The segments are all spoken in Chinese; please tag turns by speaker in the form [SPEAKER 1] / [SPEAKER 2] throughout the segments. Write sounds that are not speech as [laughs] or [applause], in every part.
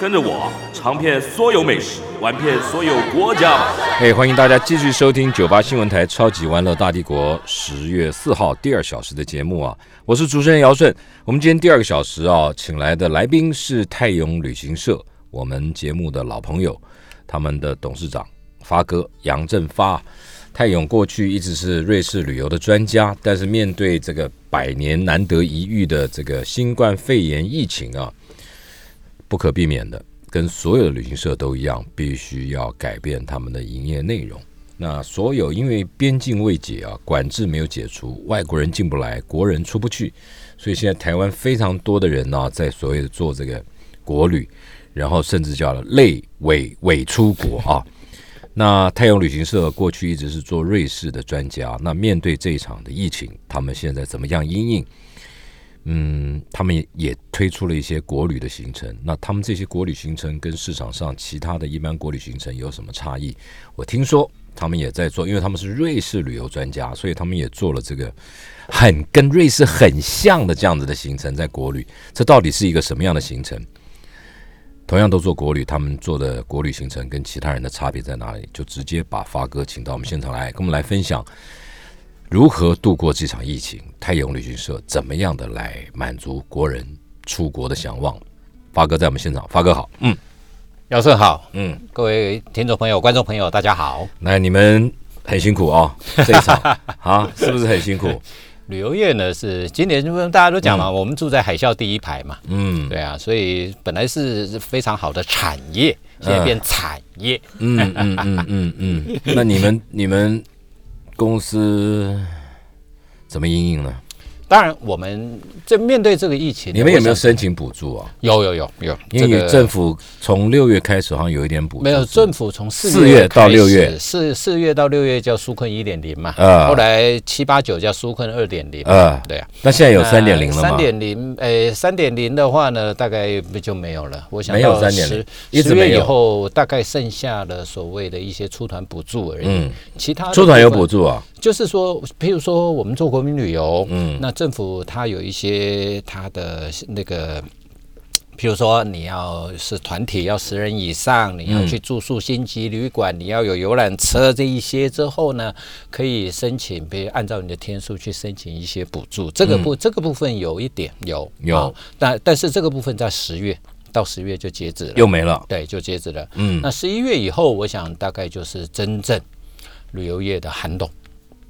[SPEAKER 1] 跟着我尝遍所有美食，玩遍所有国家吧。
[SPEAKER 2] 嘿欢迎大家继续收听九八新闻台《超级玩乐大帝国》十月四号第二小时的节目啊，我是主持人姚顺。我们今天第二个小时啊，请来的来宾是泰永旅行社，我们节目的老朋友，他们的董事长发哥杨振发。泰永过去一直是瑞士旅游的专家，但是面对这个百年难得一遇的这个新冠肺炎疫情啊，不可避免的，跟所有的旅行社都一样，必须要改变他们的营业内容。那所有因为边境未解啊，管制没有解除，外国人进不来，国人出不去，所以现在台湾非常多的人呢、在所谓的做这个国旅，然后甚至叫类伪伪出国啊。那太阳旅行社过去一直是做瑞士的专家，那面对这一场的疫情，他们现在怎么样应应？嗯，他们也也推出了一些国旅的行程。那他们这些国旅行程跟市场上其他的一般国旅行程有什么差异？我听说他们也在做，因为他们是瑞士旅游专家，所以他们也做了这个很跟瑞士很像的这样子的行程，在国旅。这到底是一个什么样的行程？同样都做国旅，他们做的国旅行程跟其他人的差别在哪里？就直接把发哥请到我们现场来，跟我们来分享如何度过这场疫情？太阳旅行社怎么样的来满足国人出国的向往？发哥在我们现场，发哥好，嗯
[SPEAKER 3] 姚顺好，
[SPEAKER 2] 嗯，
[SPEAKER 3] 各位听众朋友、观众朋友，大家好。
[SPEAKER 2] 那你们很辛苦
[SPEAKER 3] [laughs]
[SPEAKER 2] 啊、这一场啊，是不是很辛苦？
[SPEAKER 3] 旅游业呢是今年因为大家都讲嘛，我们住在海啸第一排嘛，
[SPEAKER 2] 嗯，
[SPEAKER 3] 对啊，所以本来是非常好的产业，现在变产业。
[SPEAKER 2] 嗯嗯嗯嗯嗯，那你们你们公司怎么应应呢？
[SPEAKER 3] 当然，我们这面对这个疫情呢，
[SPEAKER 2] 你们有没有
[SPEAKER 3] 我想
[SPEAKER 2] 申请补助啊？
[SPEAKER 3] 有有有有
[SPEAKER 2] 因为
[SPEAKER 3] 这
[SPEAKER 2] 政
[SPEAKER 3] 个
[SPEAKER 2] 府从六月开始好像有一点补助，
[SPEAKER 3] 没有
[SPEAKER 2] 是
[SPEAKER 3] 政
[SPEAKER 2] 吗
[SPEAKER 3] 府从
[SPEAKER 2] 四月到六月
[SPEAKER 3] 开始四四月到六月叫纾困一点零嘛，
[SPEAKER 2] 啊
[SPEAKER 3] 后来七八九叫纾困二点零，
[SPEAKER 2] 啊，
[SPEAKER 3] 对啊。
[SPEAKER 2] 那现在有三点零了
[SPEAKER 3] 三
[SPEAKER 2] 吗？
[SPEAKER 3] 点零，呃，三点零的话呢，大概就没有了。我想
[SPEAKER 2] 没有
[SPEAKER 3] 到
[SPEAKER 2] 3.0
[SPEAKER 3] 10
[SPEAKER 2] 一直
[SPEAKER 3] 10
[SPEAKER 2] 没有
[SPEAKER 3] 月以后，大概剩下了所谓的一些出团补助而已。
[SPEAKER 2] 嗯，
[SPEAKER 3] 其他的
[SPEAKER 2] 出团有
[SPEAKER 3] 部
[SPEAKER 2] 补
[SPEAKER 3] 分，
[SPEAKER 2] 助啊？
[SPEAKER 3] 就是说，譬如说我们做国民旅游，
[SPEAKER 2] 嗯
[SPEAKER 3] 那政府它有一些它的那个。譬如说，你要是团体要十人以上，你要去住宿星级旅馆，你要有游览车这一些之后呢，可以申请，比如按照你的天数去申请一些补助。这个部、这个部分有一点有
[SPEAKER 2] 嗯有
[SPEAKER 3] 啊但但是这个部分在十月到十月就截止了，
[SPEAKER 2] 又没了，
[SPEAKER 3] 对，就截止了。
[SPEAKER 2] 嗯
[SPEAKER 3] 那十一月以后，我想大概就是真正旅游业的寒冬。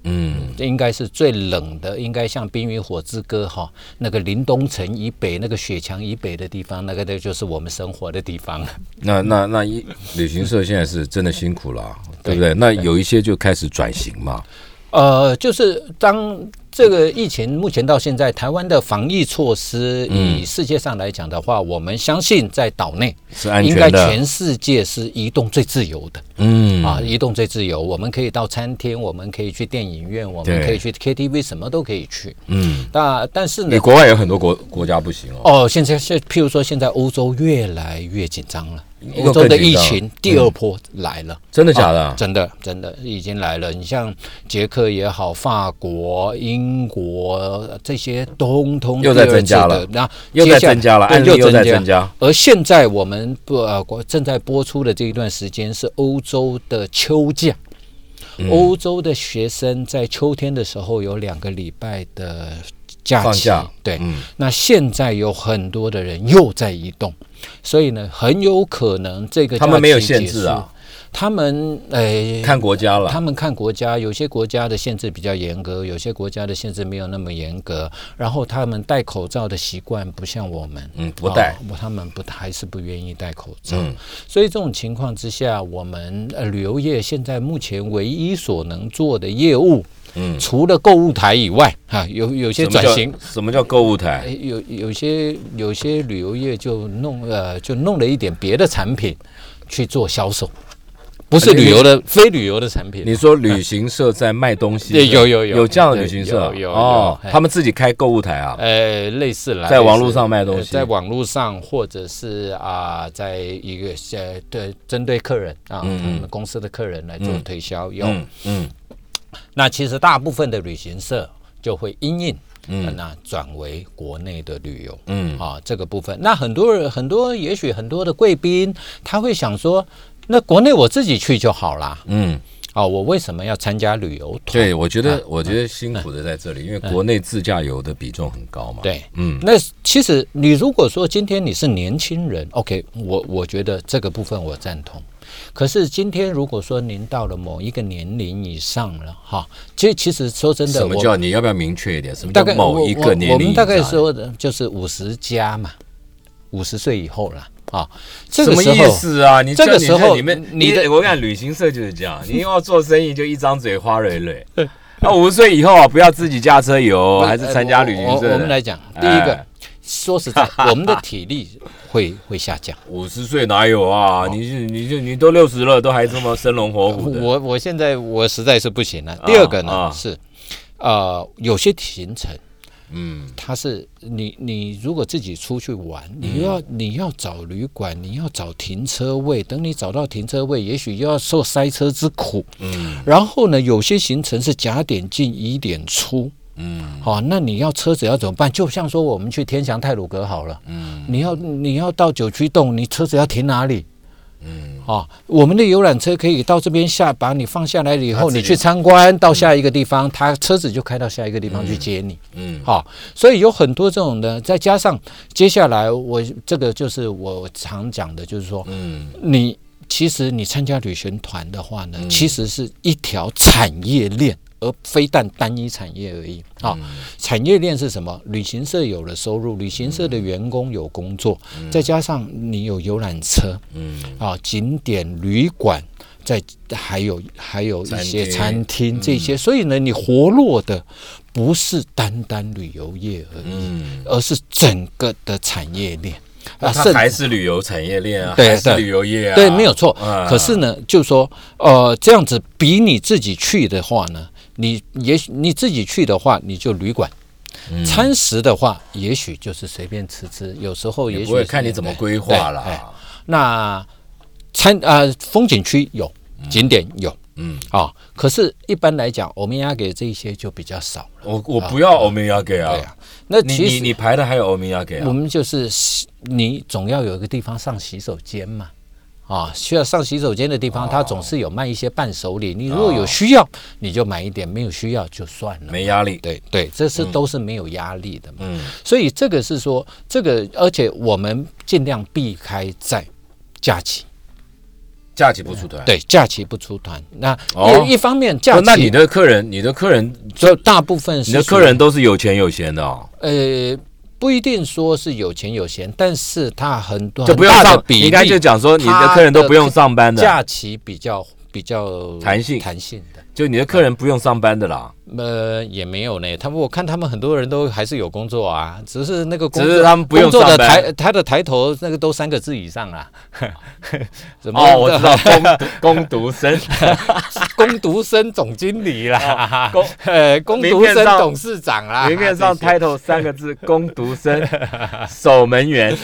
[SPEAKER 2] 嗯，
[SPEAKER 3] 这应该是最冷的，应该像《冰与火之歌》哈，那个林东城以北、那个雪墙以北的地方，那个的就是我们生活的地方。 [laughs]
[SPEAKER 2] 那那那一旅行社现在是真的辛苦了啊，对
[SPEAKER 3] 对
[SPEAKER 2] 不对？那有一些就开始转型嘛，
[SPEAKER 3] 呃，就是当这个疫情目前到现在，台湾的防疫措施，
[SPEAKER 2] 嗯
[SPEAKER 3] 以世界上来讲的话，我们相信在岛内
[SPEAKER 2] 是安
[SPEAKER 3] 应该
[SPEAKER 2] 全的，
[SPEAKER 3] 全世界是移动最自由的。
[SPEAKER 2] 嗯
[SPEAKER 3] 啊，移动最自由，我们可以到餐厅，我们可以去电影院，我
[SPEAKER 2] 对
[SPEAKER 3] 们可以去 KTV，什么都可以去。
[SPEAKER 2] 嗯，
[SPEAKER 3] 那但是
[SPEAKER 2] 你
[SPEAKER 3] 呢，
[SPEAKER 2] 国外有很多国国家不行哦，
[SPEAKER 3] 哦，现在现譬如说，现在欧洲越来越紧张了，
[SPEAKER 2] 又
[SPEAKER 3] 欧洲的
[SPEAKER 2] 更紧
[SPEAKER 3] 疫
[SPEAKER 2] 张嗯
[SPEAKER 3] 情第二波来了。
[SPEAKER 2] 真的假的啊？
[SPEAKER 3] 真的，真的已经来了。你像捷克也好，法国、英国呃这些，通通
[SPEAKER 2] 又在
[SPEAKER 3] 第二
[SPEAKER 2] 增加
[SPEAKER 3] 次的
[SPEAKER 2] 了
[SPEAKER 3] 那
[SPEAKER 2] 又在
[SPEAKER 3] 接下来
[SPEAKER 2] 增加了
[SPEAKER 3] 对
[SPEAKER 2] 案例
[SPEAKER 3] 又
[SPEAKER 2] 又在
[SPEAKER 3] 增
[SPEAKER 2] 增加。
[SPEAKER 3] 而现在我们不呃国正在播出的这一段时间是欧洲的秋假。
[SPEAKER 2] 嗯
[SPEAKER 3] 欧洲的学生在秋天的时候有两个礼拜的假期，
[SPEAKER 2] 放假
[SPEAKER 3] 对，
[SPEAKER 2] 嗯
[SPEAKER 3] 那现在有很多的人又在移动，所以呢，很有可能这个
[SPEAKER 2] 他们没有
[SPEAKER 3] 假期结
[SPEAKER 2] 限制啊
[SPEAKER 3] 束，他们呃
[SPEAKER 2] 看国家
[SPEAKER 3] 他
[SPEAKER 2] 了，
[SPEAKER 3] 们看国家，有些国家的限制比较严格，有些国家的限制没有那么严格。然后他们戴口罩的习惯不像我们，
[SPEAKER 2] 嗯不戴
[SPEAKER 3] 哦他们不还是不愿意戴口罩。
[SPEAKER 2] 嗯
[SPEAKER 3] 所以这种情况之下，我们呃旅游业现在目前唯一所能做的业务，
[SPEAKER 2] 嗯，
[SPEAKER 3] 除了购物台以外，哈、有有些
[SPEAKER 2] 什么
[SPEAKER 3] 转
[SPEAKER 2] 叫
[SPEAKER 3] 型。
[SPEAKER 2] 什么叫购物
[SPEAKER 3] 哎
[SPEAKER 2] 台？
[SPEAKER 3] 有有些有些旅游业就弄呃就弄了一点别的产品去做销售，不是旅
[SPEAKER 2] 啊
[SPEAKER 3] 游的非旅游的产品。
[SPEAKER 2] 你说旅行社在卖东西
[SPEAKER 3] 对
[SPEAKER 2] 是吧，
[SPEAKER 3] 有有有
[SPEAKER 2] 有这样的旅行社
[SPEAKER 3] 有有
[SPEAKER 2] 哦
[SPEAKER 3] 有，哎
[SPEAKER 2] 他们自己开购物台啊，
[SPEAKER 3] 呃，类似啦，
[SPEAKER 2] 在网
[SPEAKER 3] 类
[SPEAKER 2] 络
[SPEAKER 3] 似
[SPEAKER 2] 上卖东
[SPEAKER 3] 呃
[SPEAKER 2] 西
[SPEAKER 3] 在网络上或者是啊、在一个呃对针对客人啊，他们公司的客人来做推销用。
[SPEAKER 2] 嗯嗯
[SPEAKER 3] 那其实大部分的旅行社就会因应。嗯，那转为国内的旅游，嗯啊，这个部分，那很多人很多，也许很多的贵宾他会想说，那国内我自己去就好啦，
[SPEAKER 2] 嗯，
[SPEAKER 3] 啊，我为什么要参加旅游团？
[SPEAKER 2] 对，我觉
[SPEAKER 3] 嗯
[SPEAKER 2] 得我觉得辛苦的在这里，因为国内自驾游的比重很高嘛，，
[SPEAKER 3] 对，
[SPEAKER 2] 嗯，
[SPEAKER 3] 那其实你如果说今天你是年轻人，OK，我我觉得这个部分我赞同。可是今天如果说您到了某一个年龄以上了，哈，其实其实说真的，
[SPEAKER 2] 什么
[SPEAKER 3] 我
[SPEAKER 2] 叫你要不要明确一点？什么
[SPEAKER 3] 大
[SPEAKER 2] 叫
[SPEAKER 3] 概
[SPEAKER 2] 某
[SPEAKER 3] 我
[SPEAKER 2] 一个
[SPEAKER 3] 我
[SPEAKER 2] 年龄
[SPEAKER 3] 我们大概
[SPEAKER 2] 以上
[SPEAKER 3] 说的就是五十加嘛，五十岁以后啦，啊，这
[SPEAKER 2] 什
[SPEAKER 3] 个
[SPEAKER 2] 么
[SPEAKER 3] 时候
[SPEAKER 2] 意思啊？你
[SPEAKER 3] 这个
[SPEAKER 2] 叫你
[SPEAKER 3] 时候
[SPEAKER 2] 你们
[SPEAKER 3] 你
[SPEAKER 2] 你
[SPEAKER 3] 的
[SPEAKER 2] 的，我看旅行社就是这样，你要做生意就一张嘴花蕊
[SPEAKER 3] [laughs]
[SPEAKER 2] 蕊。那五十岁以后啊，不要自己驾车游，啊还是参加旅行
[SPEAKER 3] 我呃
[SPEAKER 2] 社
[SPEAKER 3] 我我
[SPEAKER 2] 的。
[SPEAKER 3] 们来讲，第一个
[SPEAKER 2] 哎，
[SPEAKER 3] 说实在，我们的体力会会下降。
[SPEAKER 2] 五十岁哪有啊？你是你就你都六十了，都还这么生龙活虎的。
[SPEAKER 3] 呃我我现在我实在是不行了。第二个呢、
[SPEAKER 2] 啊
[SPEAKER 3] 是，呃，有些行程
[SPEAKER 2] 嗯，
[SPEAKER 3] 它是你你如果自己出去玩，你要、你要找旅馆，你要找停车位，等你找到停车位，也许又要受塞车之苦。嗯，然后呢，有些行程是甲点进乙点出。嗯，好、那你要车子要怎么办？就像说我们去天祥泰鲁阁好了，嗯，你要你要到九曲洞，你车子要停哪里？
[SPEAKER 2] 嗯
[SPEAKER 3] 哦，我们的游览车可以到这边下，把你放下来了以后，
[SPEAKER 2] 它自己
[SPEAKER 3] 你去参观到下一个地方，它车子就开到下一个地方去接你。
[SPEAKER 2] 嗯，
[SPEAKER 3] 好、所以有很多这种的，再加上接下来我这个就是我常讲的，就是说，
[SPEAKER 2] 嗯，
[SPEAKER 3] 你其实你参加旅行团的话呢，其实是一条产业链。而非但单一产业而已啊、产业链是什么？旅行社有了收入，旅行社的员工有工作，再加上你有游览车，啊，景点、旅馆，在还有还有一些餐
[SPEAKER 2] 餐
[SPEAKER 3] 厅这些，所以呢，你活络的不是单单旅游业而已，而是整个的产业链
[SPEAKER 2] 那
[SPEAKER 3] 啊，
[SPEAKER 2] 它
[SPEAKER 3] 甚
[SPEAKER 2] 还是旅游产业链啊，
[SPEAKER 3] 对
[SPEAKER 2] 还是
[SPEAKER 3] 对
[SPEAKER 2] 旅游业啊。
[SPEAKER 3] 对，没有错。
[SPEAKER 2] 啊
[SPEAKER 3] 可是呢，就说呃，这样子比你自己去的话呢，你也许你自己去的话，你就旅馆。
[SPEAKER 2] 嗯
[SPEAKER 3] 餐食的话，也许就是随便吃吃，有时候也许
[SPEAKER 2] 不会
[SPEAKER 3] 是
[SPEAKER 2] 看你怎么规划啦
[SPEAKER 3] 对对哎那餐啊、风景区有，景点有，嗯啊、可是一般来讲，欧米亚给这一些就比较少了，
[SPEAKER 2] 我我不要欧米亚给
[SPEAKER 3] 啊对
[SPEAKER 2] 啊
[SPEAKER 3] 啊。。那
[SPEAKER 2] 你
[SPEAKER 3] 其
[SPEAKER 2] 你
[SPEAKER 3] 实
[SPEAKER 2] 你排的还有欧米亚给
[SPEAKER 3] 我
[SPEAKER 2] 啊？
[SPEAKER 3] 们就是洗你总要有一个地方上洗手间嘛。啊，需要上洗手间的地
[SPEAKER 2] 哦
[SPEAKER 3] 方，它总是有卖一些伴手礼。你如果有需要，你就买一点；没有需要就算了。
[SPEAKER 2] 没嗯压力。
[SPEAKER 3] 对对，这是都是没有压力的嘛。所以这个是说，这个而且我们尽量避开在假期。
[SPEAKER 2] 假期不出团。
[SPEAKER 3] 对，假期不出团。那一、
[SPEAKER 2] 哎哦
[SPEAKER 3] 一方面假
[SPEAKER 2] 不
[SPEAKER 3] 期，
[SPEAKER 2] 那你的客人，你的客人，
[SPEAKER 3] 就大部分是
[SPEAKER 2] 你的客人都是有钱有闲的哦，
[SPEAKER 3] 属于，呃，不一定说是有钱有闲，但是他很多
[SPEAKER 2] 就不用
[SPEAKER 3] 很大的
[SPEAKER 2] 上，
[SPEAKER 3] 比例，
[SPEAKER 2] 应该就讲说你的
[SPEAKER 3] 他
[SPEAKER 2] 客人都不用上班的，
[SPEAKER 3] 假期比较比较
[SPEAKER 2] 弹性
[SPEAKER 3] 弹性的。
[SPEAKER 2] 就你的客人不用上班的啦，
[SPEAKER 3] 呃，也没有呢。他们我看他们很多人都还是有工作啊，只是那个工作，
[SPEAKER 2] 只是他们不用
[SPEAKER 3] 工作的
[SPEAKER 2] 上班
[SPEAKER 3] 抬他的抬头那个都三个字以
[SPEAKER 2] [laughs]
[SPEAKER 3] 上啊。怎么
[SPEAKER 2] 哦，我 [laughs] 知道，工读工读 [laughs] 生，
[SPEAKER 3] [laughs] 工读生总经理啦，
[SPEAKER 2] 哦工
[SPEAKER 3] [laughs] 呃工
[SPEAKER 2] 名
[SPEAKER 3] 读
[SPEAKER 2] 片
[SPEAKER 3] 生
[SPEAKER 2] 上
[SPEAKER 3] 董事长啦，啊
[SPEAKER 2] 明 [laughs] 面上
[SPEAKER 3] 这些
[SPEAKER 2] title 三个字，工读 [laughs] 生，守门员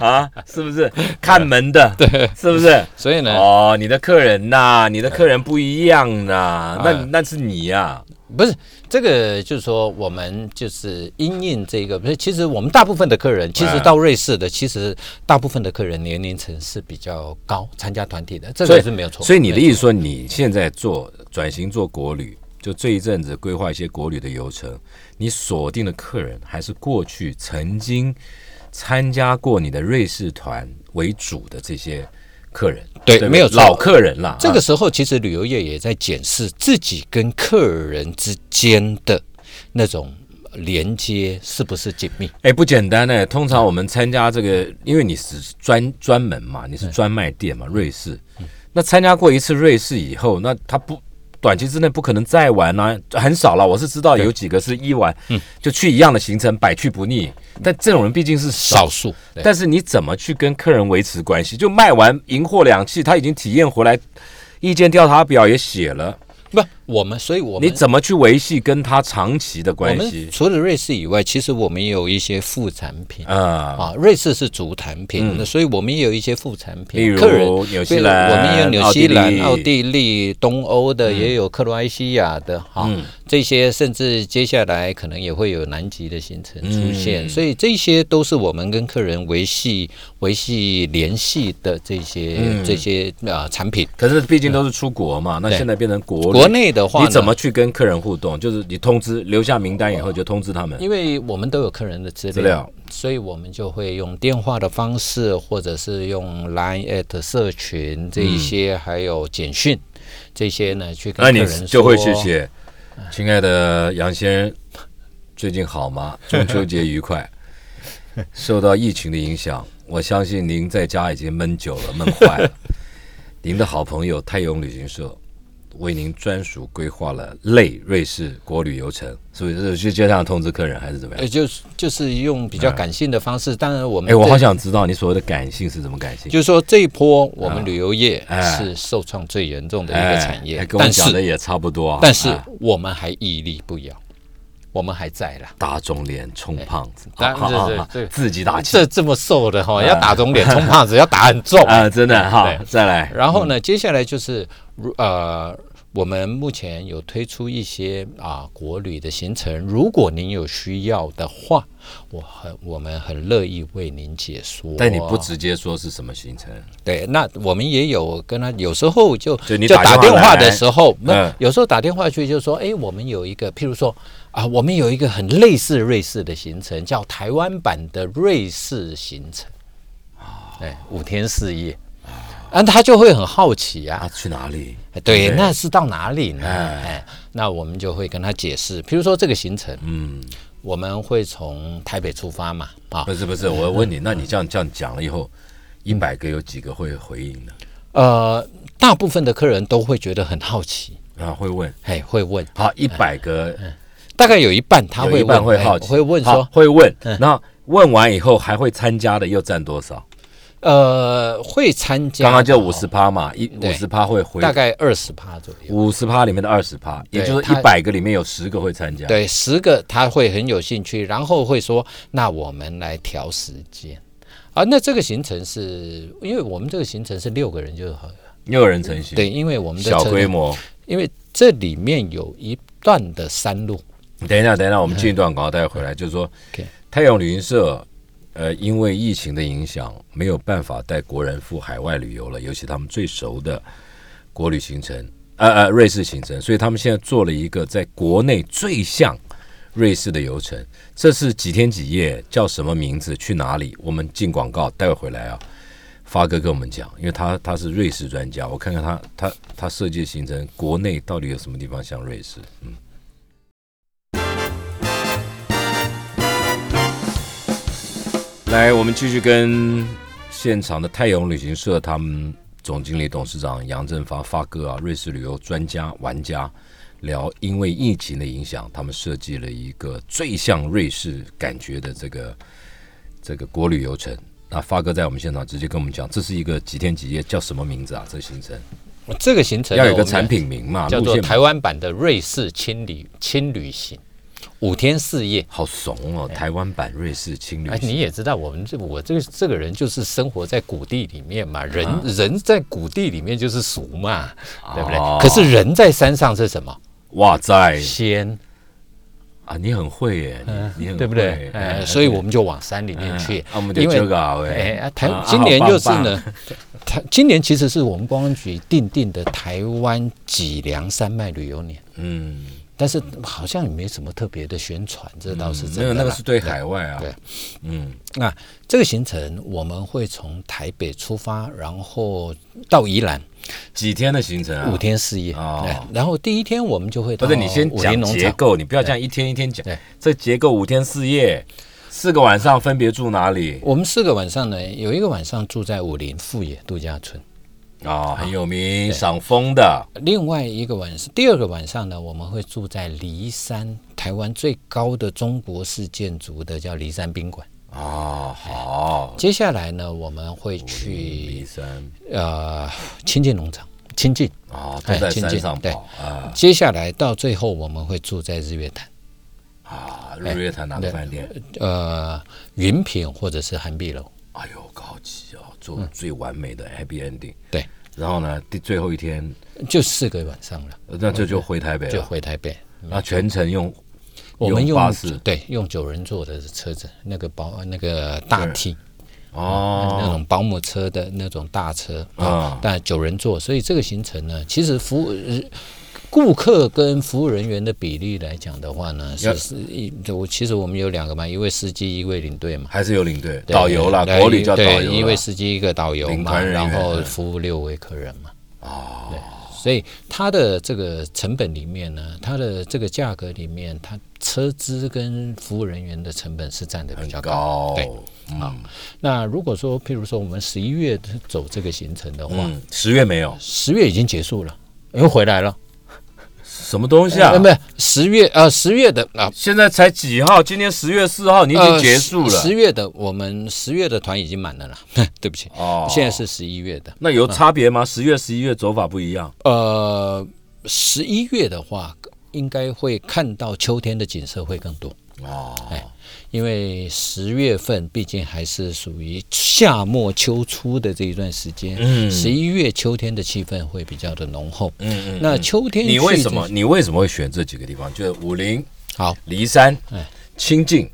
[SPEAKER 2] 啊，是不 [laughs] 是？看门的，对，是不是？
[SPEAKER 3] 所以呢，
[SPEAKER 2] 哦，你的客人呐，你的客人不一样呐，那那是你呀，
[SPEAKER 3] 不是这个，就是说我们就是因应这个，不是，其实我们大部分的客人，其
[SPEAKER 2] 哎
[SPEAKER 3] 实到瑞士的，其实大部分的客人年龄层是比较高，参加团体的，这
[SPEAKER 2] 所以
[SPEAKER 3] 个是没有错。
[SPEAKER 2] 所以你的意思说，你现在做转型做国旅，就这一阵子规划一些国旅的游程，你锁定的客人还是过去曾经参加过你的瑞士团为主的这些客人，
[SPEAKER 3] 对
[SPEAKER 2] 不
[SPEAKER 3] 没有错
[SPEAKER 2] 老客人啦。
[SPEAKER 3] 这个
[SPEAKER 2] 啊
[SPEAKER 3] 时候，其实旅游业也在检视自己跟客人之间的那种连接是不是紧密。
[SPEAKER 2] 哎、不简单呢、通常我们参加这个，因为你是专专门嘛，你是专卖店嘛，瑞士。那参加过一次瑞士以后，那他不短期之内不可能再玩啊，很少了。我是知道有几个是一玩，
[SPEAKER 3] 嗯
[SPEAKER 2] 就去一样的行程，百去不腻。但这种人毕竟是
[SPEAKER 3] 少数。对
[SPEAKER 2] 但是你怎么去跟客人维持关系？就卖完赢货两气，他已经体验回来，意见调查表也写了，
[SPEAKER 3] 不，我们所以我们
[SPEAKER 2] 你怎么去维系跟他长期的
[SPEAKER 3] 我
[SPEAKER 2] 关
[SPEAKER 3] 们
[SPEAKER 2] 系？
[SPEAKER 3] 除了瑞士以外，其实我们也有一些副产品。
[SPEAKER 2] 啊、嗯
[SPEAKER 3] 啊，瑞士是主产品，那所以我们也有一些副产品，
[SPEAKER 2] 例如
[SPEAKER 3] 客人
[SPEAKER 2] 纽西
[SPEAKER 3] 对了
[SPEAKER 2] 兰
[SPEAKER 3] 我们也有纽
[SPEAKER 2] 奥地
[SPEAKER 3] 西兰、
[SPEAKER 2] 利
[SPEAKER 3] 奥地利、东欧的，也有克罗埃西亚的
[SPEAKER 2] 嗯
[SPEAKER 3] 哈，这些甚至接下来可能也会有南极的行程出
[SPEAKER 2] 嗯
[SPEAKER 3] 现，所以这些都是我们跟客人维系维系联系的这些、
[SPEAKER 2] 嗯
[SPEAKER 3] 这些啊产品。
[SPEAKER 2] 可是毕竟都是出国嘛，那
[SPEAKER 3] 对
[SPEAKER 2] 现在变成国
[SPEAKER 3] 国
[SPEAKER 2] 内
[SPEAKER 3] 内的话呢，
[SPEAKER 2] 你怎么去跟客人互动？就是你通知留下名单以后就通知他们。
[SPEAKER 3] 因为我们都有客人的资料，
[SPEAKER 2] 资料
[SPEAKER 3] 所以我们就会用电话的方式，或者是用 Line at 社群这一些，还有简讯这些呢，去
[SPEAKER 2] 嗯
[SPEAKER 3] 跟
[SPEAKER 2] 那
[SPEAKER 3] 客
[SPEAKER 2] 你
[SPEAKER 3] 人说
[SPEAKER 2] 就会去。写，亲爱的杨先生，最近好
[SPEAKER 3] [laughs]
[SPEAKER 2] 吗？中秋节愉快。受到疫情的影响，我相信您在家已经闷久了、闷坏
[SPEAKER 3] [laughs]
[SPEAKER 2] 了。您的好朋友泰永旅行社为您专属规划了类瑞士国旅游程，是不是？是就这样通知客人还是怎么
[SPEAKER 3] 呃，
[SPEAKER 2] 样？
[SPEAKER 3] 就是就是用比较感性的方式，当然我们
[SPEAKER 2] 哎，我
[SPEAKER 3] 这
[SPEAKER 2] 好，想知道你所谓的感性是怎么感性？
[SPEAKER 3] 就是说这一波我们旅游业
[SPEAKER 2] 哎
[SPEAKER 3] 是受创最严重的
[SPEAKER 2] 哎
[SPEAKER 3] 一个产业
[SPEAKER 2] 哎，跟我
[SPEAKER 3] 但
[SPEAKER 2] 讲的
[SPEAKER 3] 是
[SPEAKER 2] 也差不多啊。
[SPEAKER 3] 但是
[SPEAKER 2] 哎
[SPEAKER 3] 我们还屹立不摇，我们还在啦。
[SPEAKER 2] 打肿脸充胖子，
[SPEAKER 3] 哎
[SPEAKER 2] 啊啊
[SPEAKER 3] 对对
[SPEAKER 2] 啊
[SPEAKER 3] 对
[SPEAKER 2] 自己打气
[SPEAKER 3] 这这么瘦的哈，要打肿脸充胖子，要打
[SPEAKER 2] [laughs]
[SPEAKER 3] 很重
[SPEAKER 2] 啊，真的哈
[SPEAKER 3] 对，
[SPEAKER 2] 再来。
[SPEAKER 3] 然后呢，接下来就是如呃，我们目前有推出一些啊、国旅的行程，如果您有需要的话，我很我们很乐意为您解说。
[SPEAKER 2] 但你不直接说是什么行程，
[SPEAKER 3] 对，那我们也有跟他，有时候就
[SPEAKER 2] 就你打
[SPEAKER 3] 打
[SPEAKER 2] 电
[SPEAKER 3] 电
[SPEAKER 2] 话
[SPEAKER 3] 话
[SPEAKER 2] 来
[SPEAKER 3] 的时候，那、
[SPEAKER 2] 嗯
[SPEAKER 3] 有时候打电话去就说，哎，我们有一个，譬如说啊，我们有一个很类似瑞士的行程，叫台湾版的瑞士行程，哎，五天四夜，啊，他就会很好奇啊
[SPEAKER 2] 啊，，去哪里？
[SPEAKER 3] 对，
[SPEAKER 2] 对
[SPEAKER 3] 那是到哪里呢？
[SPEAKER 2] 哎
[SPEAKER 3] 哎，那我们就会跟他解释，比如说这个行程，
[SPEAKER 2] 嗯，
[SPEAKER 3] 我们会从台北出发嘛，啊，
[SPEAKER 2] 不是不是，我问你，那你这样这样讲了以后，一百个有几个会回应的
[SPEAKER 3] 呃，大部分的客人都会觉得很好奇，
[SPEAKER 2] 啊？会问
[SPEAKER 3] 哎，会问，
[SPEAKER 2] 好，一百个
[SPEAKER 3] 大概有一半嗯他
[SPEAKER 2] 有
[SPEAKER 3] 会
[SPEAKER 2] 一半
[SPEAKER 3] 问，
[SPEAKER 2] 会
[SPEAKER 3] 哎
[SPEAKER 2] 好奇，
[SPEAKER 3] 会问
[SPEAKER 2] 好
[SPEAKER 3] 说，嗯
[SPEAKER 2] 会问，那问完以后还会参加的又占多少？
[SPEAKER 3] 呃，会参加，
[SPEAKER 2] 刚刚就五十，趴嘛，一五
[SPEAKER 3] 对
[SPEAKER 2] 十趴会回，
[SPEAKER 3] 大概二十趴左右。
[SPEAKER 2] 五十趴里面的二十趴，
[SPEAKER 3] 对
[SPEAKER 2] 也就是一
[SPEAKER 3] 他
[SPEAKER 2] 百个里面有十个会参加。
[SPEAKER 3] 对，十个他会很有兴趣，然后会说：“那我们来调时间。”啊，那这个行程是因为我们这个行程是六个人就好了，
[SPEAKER 2] 六人成行，
[SPEAKER 3] 对，因为我们的
[SPEAKER 2] 小
[SPEAKER 3] 车
[SPEAKER 2] 规模。
[SPEAKER 3] 因为这里面有一段的山路，
[SPEAKER 2] 等一下，等一下，我们进一段广告，待会回来。就是说
[SPEAKER 3] OK，
[SPEAKER 2] 太阳旅行社，呃，因为疫情的影响，没有办法带国人赴海外旅游了，尤其他们最熟的国旅行程，呃呃，瑞士行程，所以他们现在做了一个在国内最像瑞士的游程。这是几天几夜，叫什么名字，去哪里？我们进广告，待会回来啊。发哥跟我们讲，因为他他是瑞士专家，我看看他他他设计的行程，国内到底有什么地方像瑞士？来，我们继续跟现场的泰永旅行社他们总经理、董事长杨振发发哥啊，瑞士旅游专家、玩家聊，因为疫情的影响，他们设计了一个最像瑞士感觉的这个这个国旅游程。那发哥在我们现场直接跟我们讲，这是一个几天几夜，叫什么名字啊？这个行程
[SPEAKER 3] 这个行程呢
[SPEAKER 2] 要有一个
[SPEAKER 3] 我们
[SPEAKER 2] 产品名嘛，
[SPEAKER 3] 叫
[SPEAKER 2] 路
[SPEAKER 3] 做
[SPEAKER 2] 线
[SPEAKER 3] 台湾版的瑞士轻旅轻旅行，五天四夜。
[SPEAKER 2] 好怂哦，台湾版瑞士青旅
[SPEAKER 3] 哎，你也知道，我们这我这个这个人就是生活在谷地里面
[SPEAKER 2] 啊
[SPEAKER 3] 嘛，人、人在谷地里面就是俗嘛，对不对？
[SPEAKER 2] 哦
[SPEAKER 3] 可是人在山上是什么？
[SPEAKER 2] 哇塞
[SPEAKER 3] 仙，
[SPEAKER 2] 啊，你很会耶，你你很
[SPEAKER 3] 对不
[SPEAKER 2] 会
[SPEAKER 3] 对
[SPEAKER 2] 耶？
[SPEAKER 3] 哎，所以我们就往山里面去
[SPEAKER 2] 嗯，啊我们就
[SPEAKER 3] 因为
[SPEAKER 2] 这个啊喂
[SPEAKER 3] 哎，啊台
[SPEAKER 2] 啊
[SPEAKER 3] 今年
[SPEAKER 2] 好棒
[SPEAKER 3] 就是呢，台今年其实是我们观光局定定的台湾脊梁山脉旅游年，
[SPEAKER 2] 嗯，
[SPEAKER 3] 但是好像也没什么特别的宣传，这倒是真的
[SPEAKER 2] 没有
[SPEAKER 3] 啦。
[SPEAKER 2] 嗯那个是对海外啊，
[SPEAKER 3] 对
[SPEAKER 2] 嗯，
[SPEAKER 3] 那这个行程我们会从台北出发，然后到宜兰
[SPEAKER 2] 几天的行程啊？
[SPEAKER 3] 五。天四夜，
[SPEAKER 2] 哦
[SPEAKER 3] 对然后第一天我们就会
[SPEAKER 2] 不
[SPEAKER 3] 到
[SPEAKER 2] 是你先
[SPEAKER 3] 武林
[SPEAKER 2] 讲
[SPEAKER 3] 农
[SPEAKER 2] 结
[SPEAKER 3] 场。
[SPEAKER 2] 构，你不要这样一天一天讲
[SPEAKER 3] 对。
[SPEAKER 2] 这结构五天四夜，四个晚上分别住哪里？
[SPEAKER 3] 我们四个晚上呢，有一个晚上住在武林富野度假村，
[SPEAKER 2] 啊，很有名，赏枫的，
[SPEAKER 3] 另外一个晚上，第二个晚上呢，我们会住在骊山，台湾最高的中国式建筑的叫骊山宾馆。
[SPEAKER 2] 啊，好，
[SPEAKER 3] 接下来呢，我们会
[SPEAKER 2] 骊
[SPEAKER 3] 去
[SPEAKER 2] 山
[SPEAKER 3] 呃亲近农场，亲近。
[SPEAKER 2] 啊，都
[SPEAKER 3] 哎
[SPEAKER 2] 在
[SPEAKER 3] 亲
[SPEAKER 2] 山
[SPEAKER 3] 近
[SPEAKER 2] 上
[SPEAKER 3] 对
[SPEAKER 2] 跑啊
[SPEAKER 3] 接下来到最后我们会住在日月潭，
[SPEAKER 2] 啊，日月潭哪个饭店？
[SPEAKER 3] 呃，云品或者是寒碧楼。
[SPEAKER 2] 哎呦，高级哦，
[SPEAKER 3] 嗯
[SPEAKER 2] 做最完美的 happy ending。
[SPEAKER 3] 对，
[SPEAKER 2] 然后呢，第最后一天，
[SPEAKER 3] 就四个晚上了，
[SPEAKER 2] 呃那这就回台北
[SPEAKER 3] 就
[SPEAKER 2] 了，
[SPEAKER 3] 回台北。
[SPEAKER 2] 那啊全程用
[SPEAKER 3] 我们
[SPEAKER 2] 用
[SPEAKER 3] 用
[SPEAKER 2] 巴士
[SPEAKER 3] 对用九人座的车子，那个保那个大 T 那
[SPEAKER 2] 哦，
[SPEAKER 3] 种保姆车的那种大车
[SPEAKER 2] 啊
[SPEAKER 3] 啊，但九人座，所以这个行程呢，其实服务呃顾客跟服务人员的比例来讲的话呢，
[SPEAKER 2] 要
[SPEAKER 3] 是是一我其实我们有两个嘛，一位司机，一位领队嘛。
[SPEAKER 2] 还是有领队、
[SPEAKER 3] 对
[SPEAKER 2] 导游啦，
[SPEAKER 3] 对
[SPEAKER 2] 国旅叫导
[SPEAKER 3] 对
[SPEAKER 2] 游啦，
[SPEAKER 3] 一位司机一个导游
[SPEAKER 2] 领
[SPEAKER 3] 嘛，
[SPEAKER 2] 团人员
[SPEAKER 3] 然后
[SPEAKER 2] 嗯
[SPEAKER 3] 服务六位客人嘛。哦，对，所以它的这个成本里面呢，它的这个价格里面，它车资跟服务人员的成本是占的比
[SPEAKER 2] 很
[SPEAKER 3] 较
[SPEAKER 2] 高，
[SPEAKER 3] 对，
[SPEAKER 2] 嗯
[SPEAKER 3] 那如果说，譬如说我们十一月走这个行程的话，
[SPEAKER 2] 嗯，十月没有
[SPEAKER 3] 十、月已经结束了，又回来了。
[SPEAKER 2] 什么东西啊
[SPEAKER 3] 呃，不是十月呃十月的啊。
[SPEAKER 2] 现在才几号？今天十月四号，你已经
[SPEAKER 3] 呃
[SPEAKER 2] 结束了
[SPEAKER 3] 十十月的，我们十月的团已经满了啦。 [laughs] 对不起，
[SPEAKER 2] 哦。
[SPEAKER 3] 现在是十一月的。
[SPEAKER 2] 那有差别吗？十月、十一月走法不一样
[SPEAKER 3] 呃，十一月的话，应该会看到秋天的景色会更多，啊
[SPEAKER 2] 哦。
[SPEAKER 3] 因为十月份毕竟还是属于夏末秋初的这一段时间。
[SPEAKER 2] 嗯
[SPEAKER 3] 十一月秋天的气氛会比较的浓厚。
[SPEAKER 2] 嗯嗯，
[SPEAKER 3] 那秋天
[SPEAKER 2] 你
[SPEAKER 3] 去
[SPEAKER 2] 为
[SPEAKER 3] 这
[SPEAKER 2] 什么？你为什么会选这几个地方？就是武陵、
[SPEAKER 3] 好？
[SPEAKER 2] 骊山
[SPEAKER 3] 哎、
[SPEAKER 2] 清境、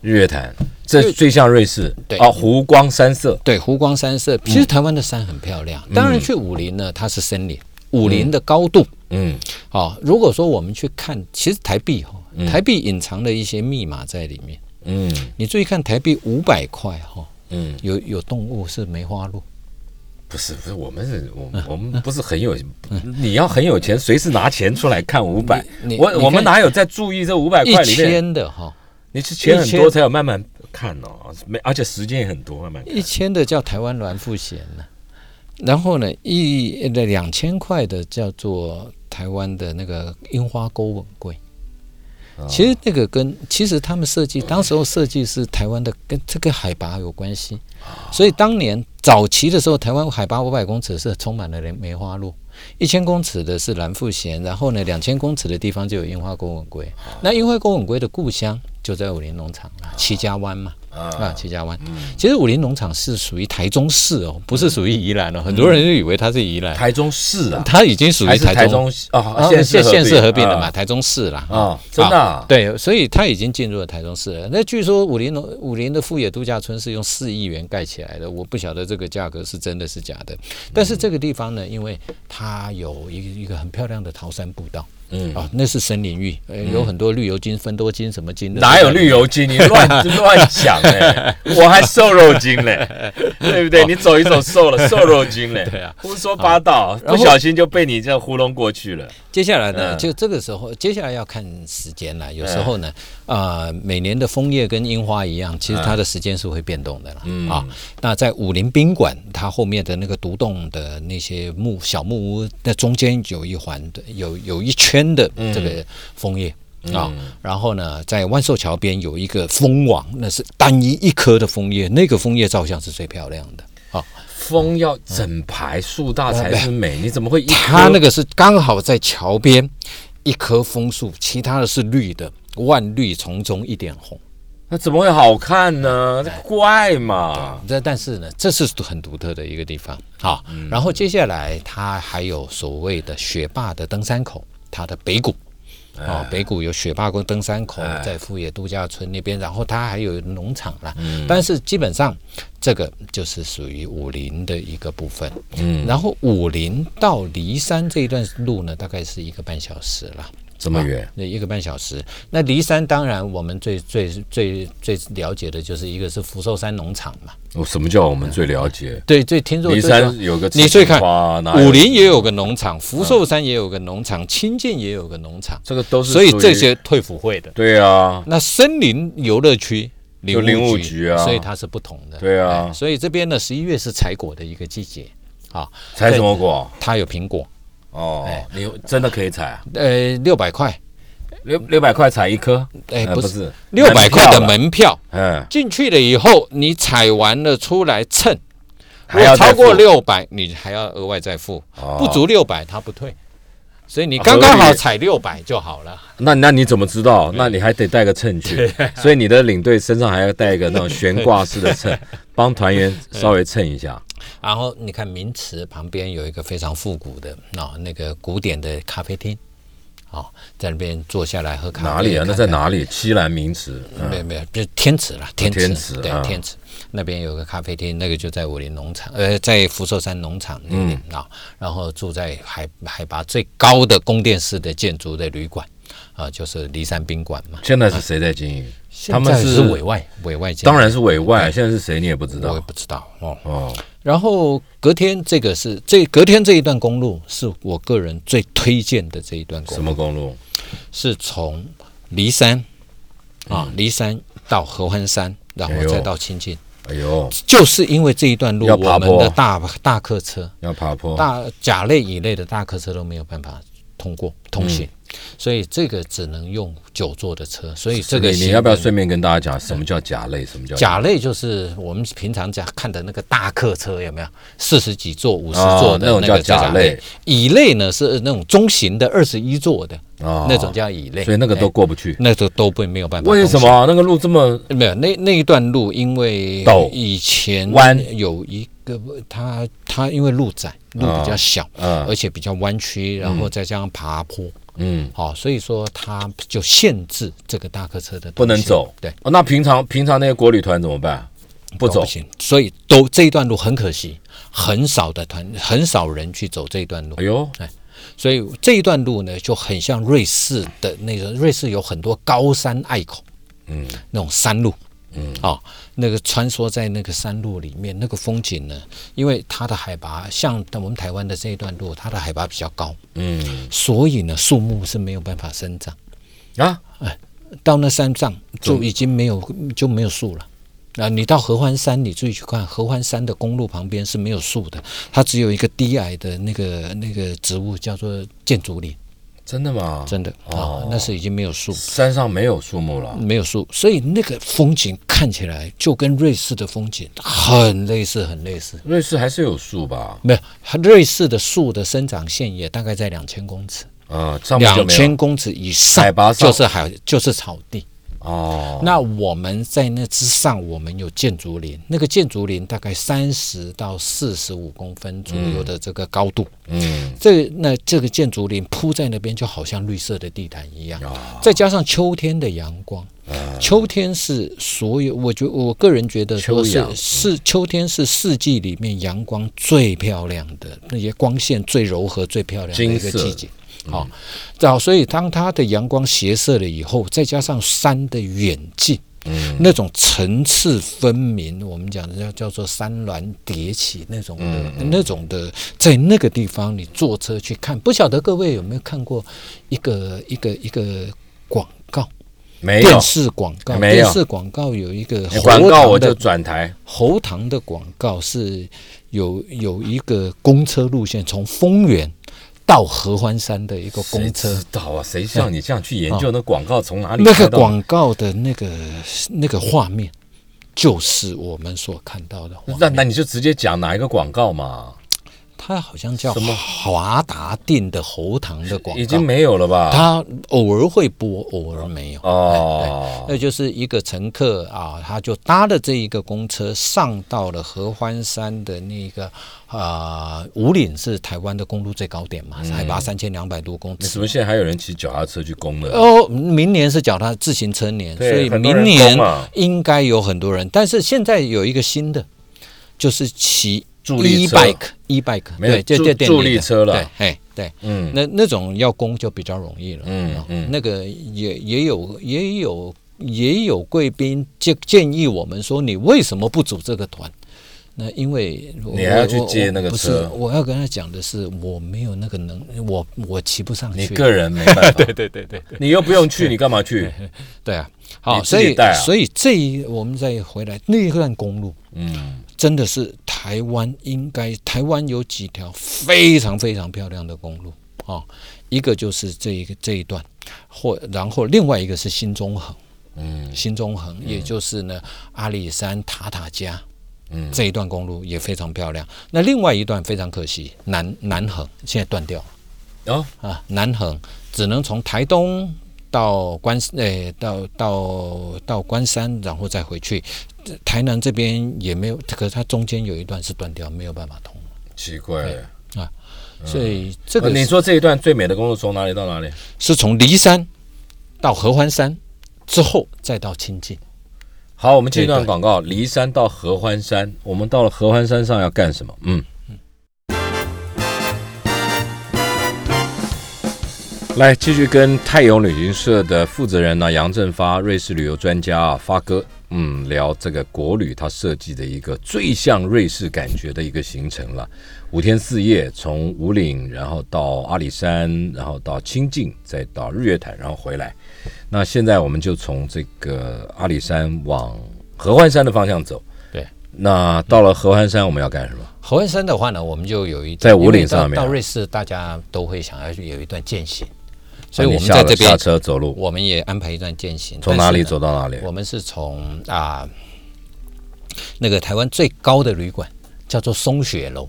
[SPEAKER 2] 日月潭，这最像瑞士。
[SPEAKER 3] 对
[SPEAKER 2] 啊，湖光山色。
[SPEAKER 3] 对，湖光山色，其实台湾的山很漂亮。
[SPEAKER 2] 嗯
[SPEAKER 3] 当然去武陵呢，它是森林，武陵的高度。
[SPEAKER 2] 嗯，
[SPEAKER 3] 好、如果说我们去看，其实台币哈、台币隐藏了一些密码在里面。
[SPEAKER 2] 嗯
[SPEAKER 3] 你注意看台币五百块哈、
[SPEAKER 2] 嗯，
[SPEAKER 3] 有有动物是梅花鹿，
[SPEAKER 2] 不是不是，我们是我们我们不是很有，你要很有钱，随时拿钱出来看五百
[SPEAKER 3] 嗯你。你
[SPEAKER 2] 我我
[SPEAKER 3] 你
[SPEAKER 2] 们
[SPEAKER 3] 看
[SPEAKER 2] 哪有在注意这五百
[SPEAKER 3] 一
[SPEAKER 2] 块里面？
[SPEAKER 3] 千的哦哈，
[SPEAKER 2] 你是钱很
[SPEAKER 3] 一
[SPEAKER 2] 多
[SPEAKER 3] 千
[SPEAKER 2] 才有慢慢看哦，没而且时间也很多慢慢看
[SPEAKER 3] 一。千的叫台湾栾富贤呢、然后呢一那两千块的叫做台湾的那个樱花钩吻龟。其实这个跟其实他们设计，当时候设计是台湾的跟这个海拔有关系，所以当年早期的时候，台湾海拔五百公尺是充满了梅梅花鹿，一千公尺的是蓝富贤，然后呢两千公尺的地方就有樱花钩吻龟。那樱花钩吻龟的故乡就在武林农场啦，七家湾嘛，啊七家湾。
[SPEAKER 2] 嗯
[SPEAKER 3] 其实武林农场是属于台中市哦，不是属于宜
[SPEAKER 2] 嗯
[SPEAKER 3] 兰哦，很多人就以为它是宜兰，
[SPEAKER 2] 台中市啊，
[SPEAKER 3] 它已经属
[SPEAKER 2] 还
[SPEAKER 3] 于
[SPEAKER 2] 是台中啊，
[SPEAKER 3] 啊
[SPEAKER 2] 县市
[SPEAKER 3] 县县市合并的嘛，
[SPEAKER 2] 啊
[SPEAKER 3] 台中市啦。
[SPEAKER 2] 啊，真的啊
[SPEAKER 3] 对，所以它已经进入了台中市了。那据说武林农武林的富野度假村是用四亿元盖起来的，我不晓得这个价格是真的是假的。但是这个地方呢，因为它有一个一个很漂亮的桃山步道，
[SPEAKER 2] 嗯
[SPEAKER 3] 啊，那是森林浴，呃有很多绿油精、芬多精什么精的，
[SPEAKER 2] 哪有绿？油精？你
[SPEAKER 3] [laughs]
[SPEAKER 2] 乱乱想哎、我还瘦肉精嘞、
[SPEAKER 3] [laughs]
[SPEAKER 2] 对不对？你走一走瘦了，瘦肉精嘞、
[SPEAKER 3] 哦对啊
[SPEAKER 2] 胡说八道，
[SPEAKER 3] 然
[SPEAKER 2] 不
[SPEAKER 3] 后
[SPEAKER 2] 小心就被你这样糊弄过去了。
[SPEAKER 3] 接下来呢，
[SPEAKER 2] 嗯
[SPEAKER 3] 就这个时候，接下来要看时间了。有时候呢，啊，每年的枫叶跟樱花一样，其实它的时间是会变动的啦。啊，那在武林宾馆，它后面的那个独栋的那些木小木屋，那中间有一环的，有有一圈的这个枫叶。啊，然后呢，在万寿桥边有一个枫网，那是单一一棵的枫叶，那个枫叶照相是最漂亮的。啊，
[SPEAKER 2] 风要整排树大才是美，你怎么会一
[SPEAKER 3] 它那个是刚好在桥边一棵枫树，其他的是绿的，万绿丛中一点红。
[SPEAKER 2] 那怎么会好看呢？这怪嘛！
[SPEAKER 3] 这但是呢，这是很独特的一个地方啊。然后接下来它还有所谓的雪霸的登山口，它的北谷。哦，北谷有雪霸宫登山口，在富野度假村那边，然后它还有农场啦。但是基本上，这个就是属于武林的一个部分。嗯，然后武林到骊山这一段路呢，大概是一个半小时啦。
[SPEAKER 2] 这么远，
[SPEAKER 3] 那一个半小时。那骊山当然，我们最最最最了解的就是一个是福寿山农场嘛，
[SPEAKER 2] 我什么叫我们最了解？
[SPEAKER 3] 对，最听说
[SPEAKER 2] 骊
[SPEAKER 3] 最多
[SPEAKER 2] 山有个
[SPEAKER 3] 你注意看
[SPEAKER 2] 刺花哪，有
[SPEAKER 3] 武林也有个农场，福寿山也有个农场，清境也有个农场，
[SPEAKER 2] 这个都是
[SPEAKER 3] 所以
[SPEAKER 2] 属于
[SPEAKER 3] 这些退辅会的。
[SPEAKER 2] 对啊，
[SPEAKER 3] 那森林游乐区。
[SPEAKER 2] 有林务局啊
[SPEAKER 3] 所以它是不同的。
[SPEAKER 2] 对啊
[SPEAKER 3] 哎所以这边呢，十一月是采果的一个季节啊，
[SPEAKER 2] 采什么果？
[SPEAKER 3] 它有苹果，
[SPEAKER 2] 哦，你真的可以采啊？
[SPEAKER 3] 呃，六百块，
[SPEAKER 2] 六六百块采一颗？
[SPEAKER 3] 哎
[SPEAKER 2] 呃
[SPEAKER 3] 不
[SPEAKER 2] 不
[SPEAKER 3] 是
[SPEAKER 2] 是，
[SPEAKER 3] 六百块的
[SPEAKER 2] 门票啦，
[SPEAKER 3] 门票，
[SPEAKER 2] 嗯，
[SPEAKER 3] 进去了以后，你采完了出来称，
[SPEAKER 2] 还
[SPEAKER 3] 如
[SPEAKER 2] 要
[SPEAKER 3] 果
[SPEAKER 2] 再
[SPEAKER 3] 超过
[SPEAKER 2] 付，
[SPEAKER 3] 六百，你还要额外再付，
[SPEAKER 2] 哦
[SPEAKER 3] 不足六百他不退，所以你
[SPEAKER 2] 啊
[SPEAKER 3] 刚刚
[SPEAKER 2] 合
[SPEAKER 3] 好
[SPEAKER 2] 理
[SPEAKER 3] 采六百就好了。
[SPEAKER 2] 那那你怎么知道？那你还得带个秤去， [laughs] 所以你的领队身上还要带一个那种悬挂式的秤， [laughs] 帮团员稍微称一下。
[SPEAKER 3] 然后你看名池旁边有一个非常复古的啊、那个古典的咖啡厅，啊、在那边坐下来喝咖啡。
[SPEAKER 2] 哪里啊？那在
[SPEAKER 3] 看看？
[SPEAKER 2] 哪里？西兰名池。嗯
[SPEAKER 3] 没有没有，就是天池啦，天池，
[SPEAKER 2] 天池
[SPEAKER 3] 对、
[SPEAKER 2] 啊
[SPEAKER 3] 天池那边有个咖啡厅，那个就在武林农场，呃，在福寿山农场那边
[SPEAKER 2] 嗯
[SPEAKER 3] 啊、然后住在海海拔最高的宫殿式的建筑的旅馆，啊、就是骊山宾馆嘛。
[SPEAKER 2] 现在是谁在经营？他
[SPEAKER 3] 他
[SPEAKER 2] 们
[SPEAKER 3] 是委外委外建，
[SPEAKER 2] 当然是委外，现在是谁你也不知
[SPEAKER 3] 我也
[SPEAKER 2] 道。
[SPEAKER 3] 不知道哦。
[SPEAKER 2] 哦，
[SPEAKER 3] 然后隔天这个是这隔天这一段公路是我个人最推荐的这一段公
[SPEAKER 2] 什
[SPEAKER 3] 路，
[SPEAKER 2] 么公路？
[SPEAKER 3] 是从骊山啊骊山到合欢山，然
[SPEAKER 2] 嗯哎
[SPEAKER 3] 后
[SPEAKER 2] 呦
[SPEAKER 3] 再到清境，
[SPEAKER 2] 哎呦，
[SPEAKER 3] 就是因为这一段路
[SPEAKER 2] 要爬
[SPEAKER 3] 我
[SPEAKER 2] 坡
[SPEAKER 3] 们的大大客车、
[SPEAKER 2] 要爬坡。
[SPEAKER 3] 大甲类乙类的大客车都没有办法通过通行，
[SPEAKER 2] 嗯
[SPEAKER 3] 所以这个只能用九座的车，所以这个
[SPEAKER 2] 你你
[SPEAKER 3] 行
[SPEAKER 2] 要不要
[SPEAKER 3] 程
[SPEAKER 2] 顺便跟大家讲什么叫甲类？什么叫
[SPEAKER 3] 甲类就是我们平常讲看的那个大客车，有没有四十几座、五十
[SPEAKER 2] 哦
[SPEAKER 3] 座的
[SPEAKER 2] 那种叫
[SPEAKER 3] 个
[SPEAKER 2] 甲类
[SPEAKER 3] 类？乙类呢是那种中型的二十一座的
[SPEAKER 2] 哦
[SPEAKER 3] 那种叫乙类，
[SPEAKER 2] 所以那个都
[SPEAKER 3] 哎
[SPEAKER 2] 过不去。
[SPEAKER 3] 那都都不没有办法。
[SPEAKER 2] 为什？么那个路这么？
[SPEAKER 3] 没有那那一段路，因为
[SPEAKER 2] 陡
[SPEAKER 3] 以前
[SPEAKER 2] 弯
[SPEAKER 3] 有一个它它因为路窄，路比较小，
[SPEAKER 2] 嗯
[SPEAKER 3] 而且比较弯曲，然后再加上爬坡，
[SPEAKER 2] 嗯，
[SPEAKER 3] 好、所以说它就限制这个大客车的
[SPEAKER 2] 不能
[SPEAKER 3] 通行
[SPEAKER 2] 走
[SPEAKER 3] 对。
[SPEAKER 2] 哦，那平常平常那些国旅团怎么办？不
[SPEAKER 3] 都
[SPEAKER 2] 走
[SPEAKER 3] 不。行，所以都这一段路很可惜，很少的团，很少人去走这一段路
[SPEAKER 2] 哎，呦，
[SPEAKER 3] 所以这一段路呢就很像瑞士的那个，瑞士有很多高山隘口，
[SPEAKER 2] 嗯，
[SPEAKER 3] 那种山路，嗯，哦，那个穿梭在那个山路里面，那个风景呢，因为它的海拔像我们台湾的这一段路，它的海拔比较高，
[SPEAKER 2] 嗯
[SPEAKER 3] 所以呢树木是没有办法生长，
[SPEAKER 2] 啊，
[SPEAKER 3] 到那山上就已经没有就没有树了。那、你到合欢山，你注意去看，合欢山的公路旁边是没有树的，它只有一个低矮的那个那个植物叫做箭竹林，
[SPEAKER 2] 真的吗？
[SPEAKER 3] 真的嗯啊、
[SPEAKER 2] 哦
[SPEAKER 3] 那是已经没有树，
[SPEAKER 2] 山上没有树木了。
[SPEAKER 3] 没有树，所以那个风景看起来就跟瑞士的风景很类似，很类似。
[SPEAKER 2] 瑞士还是有树吧？
[SPEAKER 3] 没有，瑞士的树的生长线也大概在两千公尺，
[SPEAKER 2] 啊，上面就
[SPEAKER 3] 两
[SPEAKER 2] 没有
[SPEAKER 3] 千。公尺以上，
[SPEAKER 2] 海拔上
[SPEAKER 3] 就是海就是草地。
[SPEAKER 2] 哦，
[SPEAKER 3] 那我们在那之上，我们有建竹林，那个建竹林大概三十到四十五公分左右的这个高度。
[SPEAKER 2] 嗯，
[SPEAKER 3] 这那这个建竹林铺在那边，就好像绿色的地毯一样。再加上秋天的阳光，
[SPEAKER 2] 嗯
[SPEAKER 3] 秋天是所有我觉我个人觉得说
[SPEAKER 2] 秋
[SPEAKER 3] 是
[SPEAKER 2] 阳嗯
[SPEAKER 3] 是秋天是四季里面阳光最漂亮的，那些光线最柔和、最漂亮的一
[SPEAKER 2] 金
[SPEAKER 3] 个
[SPEAKER 2] 色
[SPEAKER 3] 季节。好、然后所以当它的阳光斜射了以后，再加上山的远近，
[SPEAKER 2] 嗯
[SPEAKER 3] 那种层次分明，我们讲的叫叫做山峦叠起那种的、
[SPEAKER 2] 嗯
[SPEAKER 3] 那种的，在那个地方你坐车去看，不晓得各位有没有看过一个一个一个广告，
[SPEAKER 2] 没有
[SPEAKER 3] 电。视广告，
[SPEAKER 2] 没有
[SPEAKER 3] 电视广告有一个
[SPEAKER 2] 你
[SPEAKER 3] 喉
[SPEAKER 2] 广告我
[SPEAKER 3] 糖
[SPEAKER 2] 就
[SPEAKER 3] 的
[SPEAKER 2] 转台。
[SPEAKER 3] 喉糖的广告是有有一个公车路线从丰原到合欢山的一个公车嗯
[SPEAKER 2] 谁知道啊？谁像你这样去研究那广告从哪里？
[SPEAKER 3] 那个，广告的那个那个画面，就是我们所看到的画
[SPEAKER 2] 那
[SPEAKER 3] 面。
[SPEAKER 2] 那你就直接讲哪一个广告嘛？
[SPEAKER 3] 它好像叫
[SPEAKER 2] 什么
[SPEAKER 3] 华达定的喉糖的广告，
[SPEAKER 2] 已经没有了吧？
[SPEAKER 3] 它偶尔会播，偶尔没有。
[SPEAKER 2] 哦，
[SPEAKER 3] 那就是一个乘客啊，他就搭了这一个公车，上到了合欢山的那个啊、呃五岭是台湾的公路最高点嘛，海拔三千两百多公
[SPEAKER 2] 你
[SPEAKER 3] 尺
[SPEAKER 2] 怎。么现在还有人骑脚踏车去攻了？
[SPEAKER 3] 哦，明年是脚踏自行车年，所
[SPEAKER 2] 对
[SPEAKER 3] 以
[SPEAKER 2] 很多人
[SPEAKER 3] 明年
[SPEAKER 2] 攻啊
[SPEAKER 3] 应该有很多人。但是现在有一个新的，就是骑
[SPEAKER 2] 助力
[SPEAKER 3] e
[SPEAKER 2] 车
[SPEAKER 3] bike e bike，
[SPEAKER 2] 没有
[SPEAKER 3] 对，就
[SPEAKER 2] 助
[SPEAKER 3] 就电
[SPEAKER 2] 助
[SPEAKER 3] 力
[SPEAKER 2] 力
[SPEAKER 3] 的
[SPEAKER 2] 车了
[SPEAKER 3] 对，哎，对，
[SPEAKER 2] 嗯，
[SPEAKER 3] 那那种要攻就比较容易了。
[SPEAKER 2] 嗯
[SPEAKER 3] 哦
[SPEAKER 2] 嗯
[SPEAKER 3] 那个也也有也有也有贵宾建建议我们说，你为什么不组这个团？那因为我
[SPEAKER 2] 你还要
[SPEAKER 3] 我
[SPEAKER 2] 去接
[SPEAKER 3] 我
[SPEAKER 2] 那个
[SPEAKER 3] 不是
[SPEAKER 2] 车
[SPEAKER 3] 我要跟他讲的是，我没有那个能，我我骑不上去。
[SPEAKER 2] 你个人没办法，对
[SPEAKER 3] [laughs] 对对对
[SPEAKER 2] 你又不用去，你干嘛去？
[SPEAKER 3] 对啊，
[SPEAKER 2] 你
[SPEAKER 3] 好，
[SPEAKER 2] 自
[SPEAKER 3] 所
[SPEAKER 2] 己
[SPEAKER 3] 以
[SPEAKER 2] 带啊
[SPEAKER 3] 所以这一我们再回来那一段公路，
[SPEAKER 2] 嗯，
[SPEAKER 3] 真的是台湾应该，台湾有几条非常非常漂亮的公路啊、哦一个就是这一个这一段，或然后另外一个是新中横，嗯，新中横、也就是呢阿里山塔塔加，嗯，这一段公路也非常漂亮。那另外一段非常可惜，南南横现在断掉了。
[SPEAKER 2] 哦，
[SPEAKER 3] 啊，南横只能从台东到关，呃，到到到关山，然后再回去。这台南这边也没有，可是它中间有一段是断掉，没有办法通，
[SPEAKER 2] 奇怪了。
[SPEAKER 3] 所以这
[SPEAKER 2] 那嗯
[SPEAKER 3] 个
[SPEAKER 2] 哦你
[SPEAKER 3] 是
[SPEAKER 2] 说这一段最美的公路从哪里到哪里？
[SPEAKER 3] 是从骊山到合欢山之后再到清境。
[SPEAKER 2] 好，我们进一段
[SPEAKER 3] 这一
[SPEAKER 2] 广告，骊山到合欢山，我们到了合欢山上要干什么？嗯。来，继续跟泰永旅行社的负责人呢，杨振发，瑞士旅游专家啊，发哥，嗯，聊这个国旅他设计的一个最像瑞士感觉的一个行程了，五天四夜，从五岭，然后到阿里山，然后到清境，再到日月潭，然后回来。那现在我们就从这个阿里山往合欢山的方向走。
[SPEAKER 3] 对，
[SPEAKER 2] 那到了合欢山，我们要干什么？
[SPEAKER 3] 合欢山的话呢，我们就有一
[SPEAKER 2] 在五岭
[SPEAKER 3] 因为到
[SPEAKER 2] 上面啊
[SPEAKER 3] 到瑞士，大家都会想要有一段践行，所
[SPEAKER 2] 所
[SPEAKER 3] 以我们在
[SPEAKER 2] 啊
[SPEAKER 3] 这
[SPEAKER 2] 下
[SPEAKER 3] 边
[SPEAKER 2] 车走路，
[SPEAKER 3] 我们也安排一段践行。
[SPEAKER 2] 从哪里
[SPEAKER 3] 但是呢
[SPEAKER 2] 走到哪里？
[SPEAKER 3] 我们是从啊、那个台湾最高的旅馆叫做松雪楼，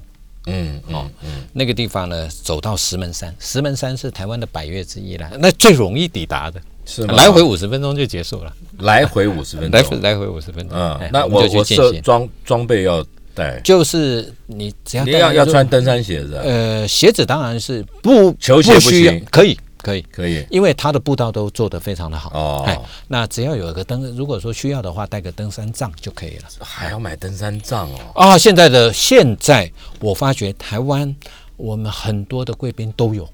[SPEAKER 2] 嗯，哦，
[SPEAKER 3] 那个地方呢走到石门山，石门山是台湾的百岳之一啦，那最容易抵达的，
[SPEAKER 2] 是吗
[SPEAKER 3] 来回五十分钟就结束了，
[SPEAKER 2] 来回五十分
[SPEAKER 3] 来回
[SPEAKER 2] 钟。
[SPEAKER 3] 来回五十分钟。
[SPEAKER 2] 嗯
[SPEAKER 3] 哎，
[SPEAKER 2] 那
[SPEAKER 3] 我
[SPEAKER 2] 我
[SPEAKER 3] 们就
[SPEAKER 2] 我
[SPEAKER 3] 去
[SPEAKER 2] 设
[SPEAKER 3] 践行，
[SPEAKER 2] 装装备要带，
[SPEAKER 3] 就是你只要
[SPEAKER 2] 你
[SPEAKER 3] 带
[SPEAKER 2] 要
[SPEAKER 3] 那
[SPEAKER 2] 要
[SPEAKER 3] 个
[SPEAKER 2] 穿登山鞋子，啊
[SPEAKER 3] 呃鞋子当然是不
[SPEAKER 2] 球鞋不
[SPEAKER 3] 需要
[SPEAKER 2] 行，
[SPEAKER 3] 可以可以。
[SPEAKER 2] 可以
[SPEAKER 3] 因为它的步道都做得非常的好
[SPEAKER 2] 哦
[SPEAKER 3] 哎那只要有一个登，如果说需要的话，带个登山杖就可以了。
[SPEAKER 2] 还要买登山杖哦。
[SPEAKER 3] 啊，现在的现在，我发觉台湾我们很多的贵宾都有，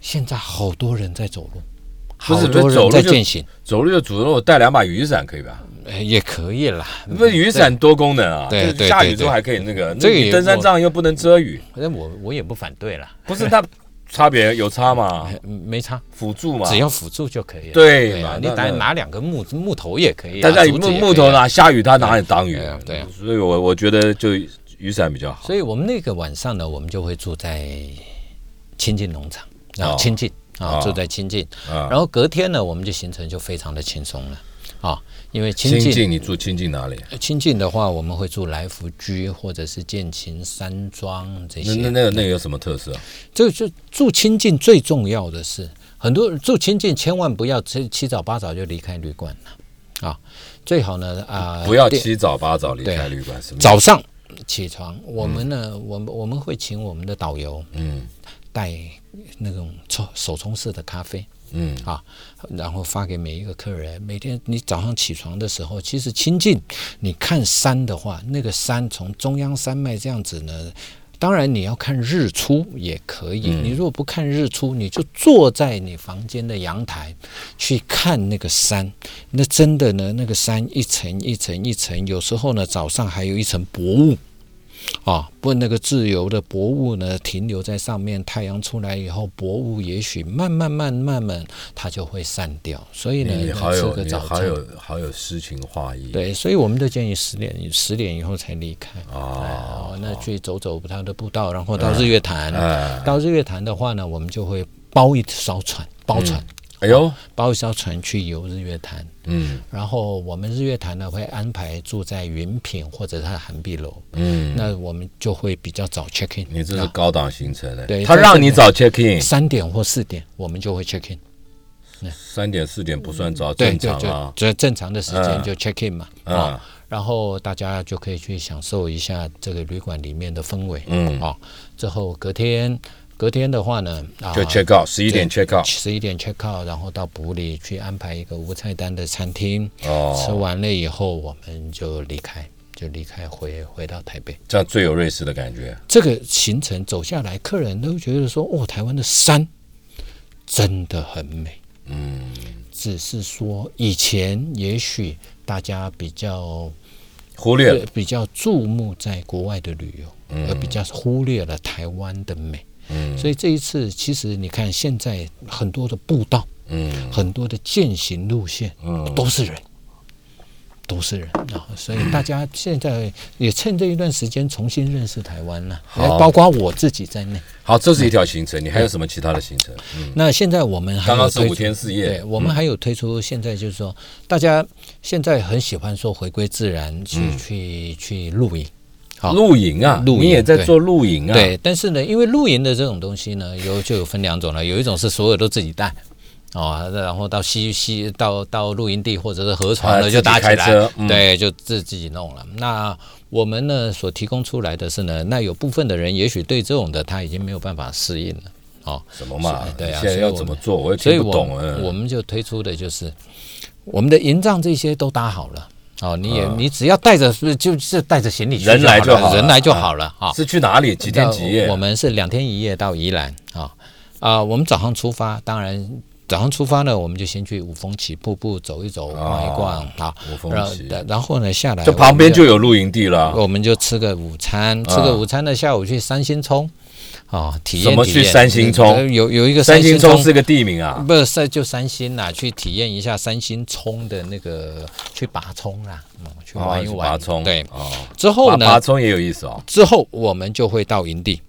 [SPEAKER 3] 现在好多人在走路，
[SPEAKER 2] 不
[SPEAKER 3] 好
[SPEAKER 2] 是
[SPEAKER 3] 多
[SPEAKER 2] 走
[SPEAKER 3] 人
[SPEAKER 2] 路
[SPEAKER 3] 在
[SPEAKER 2] 就嗯
[SPEAKER 3] 践行，
[SPEAKER 2] 走路就主动，我带两把雨伞可以吧？
[SPEAKER 3] 呃也可以啦。
[SPEAKER 2] 不是雨伞多功能啊，
[SPEAKER 3] 嗯对
[SPEAKER 2] 就是
[SPEAKER 3] 对
[SPEAKER 2] 下
[SPEAKER 3] 对
[SPEAKER 2] 雨之后
[SPEAKER 3] 对
[SPEAKER 2] 还可以那个，
[SPEAKER 3] 这个
[SPEAKER 2] 那你
[SPEAKER 3] 也
[SPEAKER 2] 登山
[SPEAKER 3] 我
[SPEAKER 2] 杖又不能遮雨，
[SPEAKER 3] 反正嗯我我也不反对啦，
[SPEAKER 2] 不 [laughs] 是它差别有差嘛？
[SPEAKER 3] 嗯没差，
[SPEAKER 2] 辅助嘛，
[SPEAKER 3] 只要辅助就可以了。
[SPEAKER 2] 对
[SPEAKER 3] 啊
[SPEAKER 2] 嘛
[SPEAKER 3] 你
[SPEAKER 2] 那
[SPEAKER 3] 拿
[SPEAKER 2] 那
[SPEAKER 3] 拿两个木木头也可以啊，
[SPEAKER 2] 但是
[SPEAKER 3] 竹子
[SPEAKER 2] 木
[SPEAKER 3] 也
[SPEAKER 2] 木
[SPEAKER 3] 可以
[SPEAKER 2] 头
[SPEAKER 3] 啊
[SPEAKER 2] 哪下雨它哪里挡雨
[SPEAKER 3] 对啊对啊
[SPEAKER 2] 所以我我觉得就雨伞比较好。
[SPEAKER 3] 所以我们那个晚上呢，我们就会住在亲近农场，
[SPEAKER 2] 哦
[SPEAKER 3] 啊，亲近
[SPEAKER 2] 哦
[SPEAKER 3] 啊，住在亲近，
[SPEAKER 2] 啊
[SPEAKER 3] 然后隔天呢，我们就行程就非常的轻松了啊，因为亲
[SPEAKER 2] 亲
[SPEAKER 3] 近
[SPEAKER 2] 近，你住亲近哪里？
[SPEAKER 3] 亲近的话，我们会住来福居或者是剑琴山庄这
[SPEAKER 2] 那那
[SPEAKER 3] 些，
[SPEAKER 2] 那个那个有什么特色？啊
[SPEAKER 3] 这就住亲近最重要的是，很多人住亲近千万不要七七早八早就离开旅馆了啊，最好呢啊、
[SPEAKER 2] 不要
[SPEAKER 3] 第
[SPEAKER 2] 七早八早离
[SPEAKER 3] 对
[SPEAKER 2] 开旅馆，是吗？
[SPEAKER 3] 早上起床，我们呢，我们我们会请我们的导游，
[SPEAKER 2] 嗯
[SPEAKER 3] 带那种冲手冲式的咖啡
[SPEAKER 2] 嗯
[SPEAKER 3] 啊，然后发给每一个客人。每天你早上起床的时候，其实亲近你看山的话，那个山从中央山脉这样子呢。当然，你要看日出也可以。
[SPEAKER 2] 嗯
[SPEAKER 3] 你如果不看日出，你就坐在你房间的阳台去看那个山。那真的呢，那个山一层一层一层，有时候呢早上还有一层薄雾。啊，不，那个自由的薄雾呢，停留在上面，太阳出来以后，薄雾也许慢慢慢慢慢，它就会散掉。所以呢，
[SPEAKER 2] 你你
[SPEAKER 3] 那
[SPEAKER 2] 好
[SPEAKER 3] 吃
[SPEAKER 2] 有
[SPEAKER 3] 个
[SPEAKER 2] 你
[SPEAKER 3] 早
[SPEAKER 2] 好
[SPEAKER 3] 餐，
[SPEAKER 2] 有好有诗情画意。
[SPEAKER 3] 对，所以我们都建议十点十点以后才离开。
[SPEAKER 2] 啊，
[SPEAKER 3] 哦，那去走走它的步道，然
[SPEAKER 2] 嗯
[SPEAKER 3] 后到日月潭。
[SPEAKER 2] 哎
[SPEAKER 3] 到日月潭的话呢，我们就会包一艘船，包船，
[SPEAKER 2] 哎呦，
[SPEAKER 3] 包一艘船去游日月潭。
[SPEAKER 2] 嗯
[SPEAKER 3] 然后我们日月潭呢会安排住在云品或者它的寒碧楼，
[SPEAKER 2] 嗯，
[SPEAKER 3] 那我们就会比较早 check in。
[SPEAKER 2] 你这是
[SPEAKER 3] 啊
[SPEAKER 2] 高档行程嘞。
[SPEAKER 3] 对
[SPEAKER 2] 他
[SPEAKER 3] 但是
[SPEAKER 2] 让你早 check in，
[SPEAKER 3] 三点或四点，我们就会 check in。
[SPEAKER 2] 三点四点不算早，
[SPEAKER 3] 对，
[SPEAKER 2] 正
[SPEAKER 3] 就
[SPEAKER 2] 常
[SPEAKER 3] 就
[SPEAKER 2] 啊。
[SPEAKER 3] 这正常的时
[SPEAKER 2] 嗯
[SPEAKER 3] 间就 check in 嘛。
[SPEAKER 2] 嗯
[SPEAKER 3] 啊，然后大家就可以去享受一下这个旅馆里面的氛围。
[SPEAKER 2] 嗯
[SPEAKER 3] 啊，之后隔天，隔天的话呢，啊，
[SPEAKER 2] 就 check out，十一点 check out。
[SPEAKER 3] 十一点 check out，然后到普里去安排一个无菜单的餐厅。吃
[SPEAKER 2] 哦，
[SPEAKER 3] 完了以后，我们就离开，就离开回回到台北。
[SPEAKER 2] 这样最有瑞士的感觉。
[SPEAKER 3] 这个行程走下来，客人都觉得说，哦，台湾的山真的很美。
[SPEAKER 2] 嗯，
[SPEAKER 3] 只是说以前也许大家比较
[SPEAKER 2] 忽略了。
[SPEAKER 3] 比较注目在国外的旅游，而比较忽略了台湾的美。
[SPEAKER 2] 嗯
[SPEAKER 3] 所以这一次，其实你看，现在很多的步道、
[SPEAKER 2] 嗯
[SPEAKER 3] 很多的践行路线，
[SPEAKER 2] 嗯
[SPEAKER 3] 都是人，都市人啊，所以大家现在也趁这一段时间重新认识台湾了，
[SPEAKER 2] 好
[SPEAKER 3] 包括我自己在内。
[SPEAKER 2] 好，这是一条行程，你还有什么其他的行程？嗯，
[SPEAKER 3] 那现在我们还有
[SPEAKER 2] 刚刚是
[SPEAKER 3] 推
[SPEAKER 2] 五天四夜
[SPEAKER 3] 对，我们还有推出现在就是说，大家现在很喜欢说回归自然，去、
[SPEAKER 2] 嗯
[SPEAKER 3] 去去露营。好
[SPEAKER 2] 露营啊，
[SPEAKER 3] 露营
[SPEAKER 2] 你也在做露营啊？
[SPEAKER 3] 对，但是呢，因为露营的这种东西呢，有就有分两种了，有一种是所有都自己带。哦，然后到西西到到露营地或者是河
[SPEAKER 2] 啊
[SPEAKER 3] 床
[SPEAKER 2] 自
[SPEAKER 3] 了，
[SPEAKER 2] 己
[SPEAKER 3] 就搭起
[SPEAKER 2] 开车
[SPEAKER 3] 来，
[SPEAKER 2] 嗯
[SPEAKER 3] 对，就自自己弄了。那我们呢所提供出来的是呢，那有部分的人也许对这种的他已经没有办法适应了，哦，
[SPEAKER 2] 什么嘛
[SPEAKER 3] 是？对啊
[SPEAKER 2] 现在
[SPEAKER 3] 所以
[SPEAKER 2] 要
[SPEAKER 3] 我们
[SPEAKER 2] 怎么做？我也
[SPEAKER 3] 所以
[SPEAKER 2] 听不
[SPEAKER 3] 我
[SPEAKER 2] 懂
[SPEAKER 3] 们我
[SPEAKER 2] 嗯，
[SPEAKER 3] 们就推出的就是我们的营帐这些都搭好了。哦，你也、你只要带着，是就是带着行李去
[SPEAKER 2] 啊人来就
[SPEAKER 3] 就
[SPEAKER 2] 好
[SPEAKER 3] 好
[SPEAKER 2] 了
[SPEAKER 3] 了，人来就好了哦哈。
[SPEAKER 2] 是去哪里？几天
[SPEAKER 3] 那
[SPEAKER 2] 几夜？
[SPEAKER 3] 啊我们是两天一夜到宜兰啊啊、我们早上出发，当然早上出发呢，我们就先去五峰起瀑布走一走，逛一逛啊。
[SPEAKER 2] 五峰
[SPEAKER 3] 然后
[SPEAKER 2] 旗
[SPEAKER 3] 然后呢下来，
[SPEAKER 2] 这
[SPEAKER 3] 我们
[SPEAKER 2] 旁边就有露营地了。
[SPEAKER 3] 哎我们就吃个午餐，吃
[SPEAKER 2] 啊
[SPEAKER 3] 个午餐呢，下午去三星冲啊，体验
[SPEAKER 2] 什么
[SPEAKER 3] 体
[SPEAKER 2] 去
[SPEAKER 3] 验
[SPEAKER 2] 三星冲
[SPEAKER 3] 呃有有一个
[SPEAKER 2] 三星
[SPEAKER 3] 星
[SPEAKER 2] 冲是个地名啊，
[SPEAKER 3] 不是在就三星啦，去体验一下三星冲的那个去拔葱啦，嗯，去玩一
[SPEAKER 2] 哦去
[SPEAKER 3] 玩。
[SPEAKER 2] 拔葱
[SPEAKER 3] 对，
[SPEAKER 2] 哦，
[SPEAKER 3] 之后
[SPEAKER 2] 拔拔
[SPEAKER 3] 呢？
[SPEAKER 2] 葱也有意思哦。
[SPEAKER 3] 之后我们就会到营地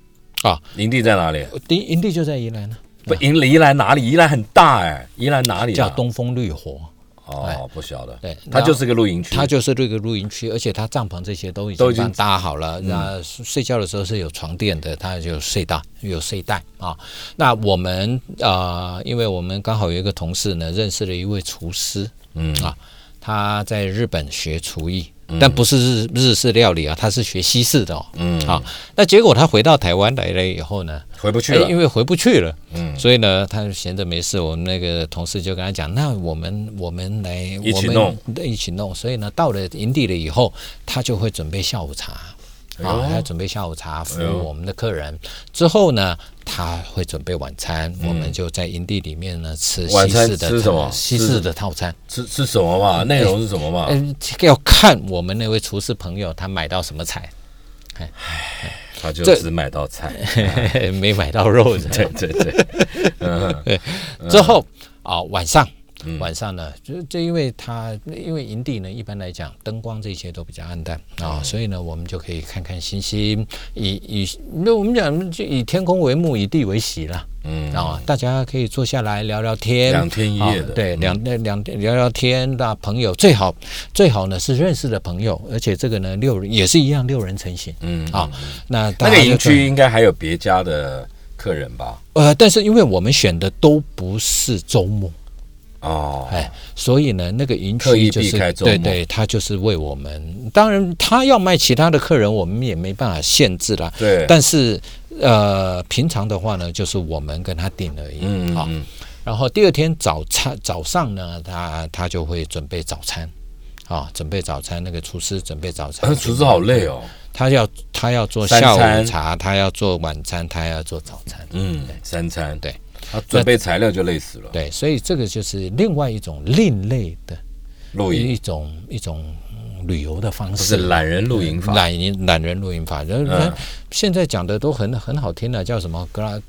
[SPEAKER 3] 啊，
[SPEAKER 2] 营地在哪里？
[SPEAKER 3] 营营地就在宜兰呢，啊
[SPEAKER 2] 不，营宜兰哪里？宜兰很大哎，宜兰哪里啊？
[SPEAKER 3] 叫东风绿火，哎
[SPEAKER 2] 哦，不晓得。
[SPEAKER 3] 对
[SPEAKER 2] 它就是个露营区。
[SPEAKER 3] 它就是这个露营区，而且它帐篷这些都已
[SPEAKER 2] 都
[SPEAKER 3] 经
[SPEAKER 2] 已经嗯
[SPEAKER 3] 帮搭好了。那睡睡觉的时候是有床垫的，它就睡袋有睡袋啊。那我们啊，因为我们刚好有一个同事呢，认识了一位厨师，
[SPEAKER 2] 嗯
[SPEAKER 3] 啊，他在日本学厨艺，但不是日日式料理啊，他是学西式的哦。
[SPEAKER 2] 嗯，
[SPEAKER 3] 啊，那结果他回到台湾来了以后呢，
[SPEAKER 2] 回不去
[SPEAKER 3] 哎，
[SPEAKER 2] 了
[SPEAKER 3] 因。为回不去了，
[SPEAKER 2] 嗯
[SPEAKER 3] 所以呢，他就闲着没事，我们那个同事就跟他讲，那我们我们来
[SPEAKER 2] 一起
[SPEAKER 3] 我们对一起弄。所以呢，到了营地了以后，他就会准备下午茶。
[SPEAKER 2] 哦
[SPEAKER 3] 啊，他准备下午茶
[SPEAKER 2] 哎
[SPEAKER 3] 服务我们的客人。之后呢，他会准备晚餐，我们就在营地里面呢吃
[SPEAKER 2] 嗯晚
[SPEAKER 3] 西
[SPEAKER 2] 餐
[SPEAKER 3] 式的
[SPEAKER 2] 吃什么
[SPEAKER 3] 西
[SPEAKER 2] 吃
[SPEAKER 3] 式的套餐。
[SPEAKER 2] 是是什么
[SPEAKER 3] 哎
[SPEAKER 2] 嘛？内容是什么嘛？
[SPEAKER 3] 嗯，这个要看我们那位厨师朋友他买到什么菜， [laughs]
[SPEAKER 2] 他就
[SPEAKER 3] 这
[SPEAKER 2] 只买到
[SPEAKER 3] [laughs]
[SPEAKER 2] 菜。
[SPEAKER 3] 没买到肉的。
[SPEAKER 2] 对对对，嗯，
[SPEAKER 3] 之后啊、晚上。晚上呢，就就因为它因为营地呢，一般来讲灯光这些都比较暗淡
[SPEAKER 2] 嗯
[SPEAKER 3] 啊、所以呢，我们就可以看看星星，以以那我们讲就以天空为幕，以地为席啦。
[SPEAKER 2] 嗯
[SPEAKER 3] 啊、大家可以坐下来聊聊天，
[SPEAKER 2] 两天一夜的嗯
[SPEAKER 3] 啊对，两那两聊聊天，那朋友最好最好呢是认识的朋友，而且这个呢六人也是一样六人成行，嗯啊，那大
[SPEAKER 2] 那个
[SPEAKER 3] 家就
[SPEAKER 2] 营
[SPEAKER 3] 可以
[SPEAKER 2] 区应该还有别家的客人吧？
[SPEAKER 3] 呃，但是因为我们选的都不是周末，
[SPEAKER 2] 哦，
[SPEAKER 3] 哎，所以呢，那个营
[SPEAKER 2] 刻意
[SPEAKER 3] 区就
[SPEAKER 2] 避
[SPEAKER 3] 是
[SPEAKER 2] 开周末
[SPEAKER 3] 对对，他就是为我们。当然，他要卖其他的客人，我们也没办法限制啦。
[SPEAKER 2] 对
[SPEAKER 3] 但是呃，平常的话呢，就是我们跟他订而已。
[SPEAKER 2] 嗯
[SPEAKER 3] 好、
[SPEAKER 2] 嗯
[SPEAKER 3] 然后第二天早餐早上呢，他他就会准备早餐。啊、准备早餐，那个厨师准备早餐
[SPEAKER 2] 嗯，。 [laughs] 厨师好累哦。
[SPEAKER 3] 他要他要做
[SPEAKER 2] 三
[SPEAKER 3] 下午
[SPEAKER 2] 餐
[SPEAKER 3] 茶，他要做晚餐，他要做早餐。
[SPEAKER 2] 嗯，三餐
[SPEAKER 3] 对，
[SPEAKER 2] 他准备材料就累死了。
[SPEAKER 3] 对，所以这个就是另外一种另类的
[SPEAKER 2] 露营
[SPEAKER 3] 一种一种嗯旅游的方
[SPEAKER 2] 不
[SPEAKER 3] 式
[SPEAKER 2] 是，嗯懒人露营法，
[SPEAKER 3] 懒人懒人露营法。然后、
[SPEAKER 2] 嗯
[SPEAKER 3] 现在讲的都很很好听的，叫什么 gla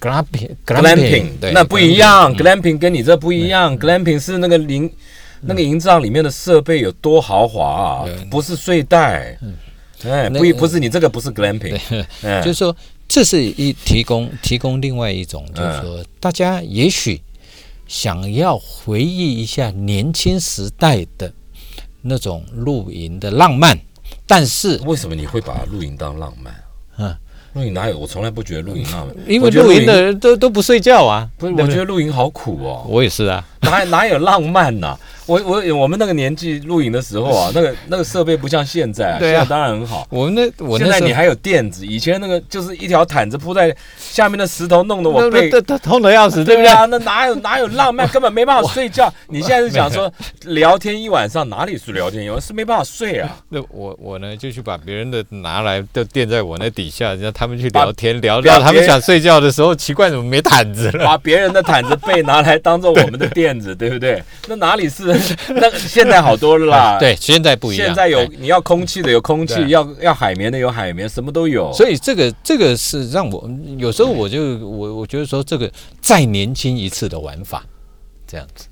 [SPEAKER 3] glamping
[SPEAKER 2] glamping，
[SPEAKER 3] 对，
[SPEAKER 2] 那不一。样，glamping 嗯跟你这不一样，glamping 是那个营那个营帐里面的设备有多豪华啊，不是睡袋。哎，
[SPEAKER 3] 那
[SPEAKER 2] 不一不是你这个不是 glamping，嗯
[SPEAKER 3] 就是说，这是一提供提供另外一种，
[SPEAKER 2] 嗯
[SPEAKER 3] 就是说，大家也许想要回忆一下年轻时代的那种露营的浪漫，但是
[SPEAKER 2] [laughs] 为什么你会把露营当浪漫？
[SPEAKER 3] 嗯
[SPEAKER 2] 露营哪有？我从来不觉得露营浪漫，
[SPEAKER 3] 因为
[SPEAKER 2] 我觉得
[SPEAKER 3] 露营的人都都不睡觉啊，
[SPEAKER 2] 不是，
[SPEAKER 3] 对
[SPEAKER 2] 我
[SPEAKER 3] 对
[SPEAKER 2] 觉得露营好苦哦。
[SPEAKER 3] 我也是啊，
[SPEAKER 2] [laughs] 哪哪有浪漫呐、我我我们那个年纪露营的时候
[SPEAKER 3] [laughs]
[SPEAKER 2] 啊，那个那个设备不像现在、
[SPEAKER 3] 对啊
[SPEAKER 2] 现在当然很好。
[SPEAKER 3] 我那我
[SPEAKER 2] 现
[SPEAKER 3] 那
[SPEAKER 2] 在
[SPEAKER 3] 时候
[SPEAKER 2] 你还有垫子，以前那个就是一条毯子铺在下面的石头，弄得我
[SPEAKER 3] 那
[SPEAKER 2] 背
[SPEAKER 3] 那。那痛的要死，对不
[SPEAKER 2] 对
[SPEAKER 3] 对？
[SPEAKER 2] 啊，那哪有哪有浪
[SPEAKER 3] [laughs]
[SPEAKER 2] 漫，根本没办法睡觉。你现在是想说聊天一晚上，哪里是聊天一晚上是没办法睡啊？
[SPEAKER 3] 那我我呢就去把别人的拿来，都垫在我那底下，让他们去聊天，聊
[SPEAKER 2] 表
[SPEAKER 3] 到他
[SPEAKER 2] 别
[SPEAKER 3] 们想睡觉的时候，奇怪怎么没毯子
[SPEAKER 2] [laughs]
[SPEAKER 3] 了？
[SPEAKER 2] 把别人的毯子被拿来当做我们的垫子， [laughs] 对不对？那哪里是？ [laughs] 那现在好多了啦。，
[SPEAKER 3] [laughs] 对，现在不一
[SPEAKER 2] 啊
[SPEAKER 3] 样，
[SPEAKER 2] 现在有
[SPEAKER 3] 哎
[SPEAKER 2] 你要空气的有空气，
[SPEAKER 3] 对
[SPEAKER 2] 要要海绵的有海绵，什么都有。
[SPEAKER 3] 所以这个这个是让我有时候我就我我觉得说这个再年轻一次的玩法，这样子。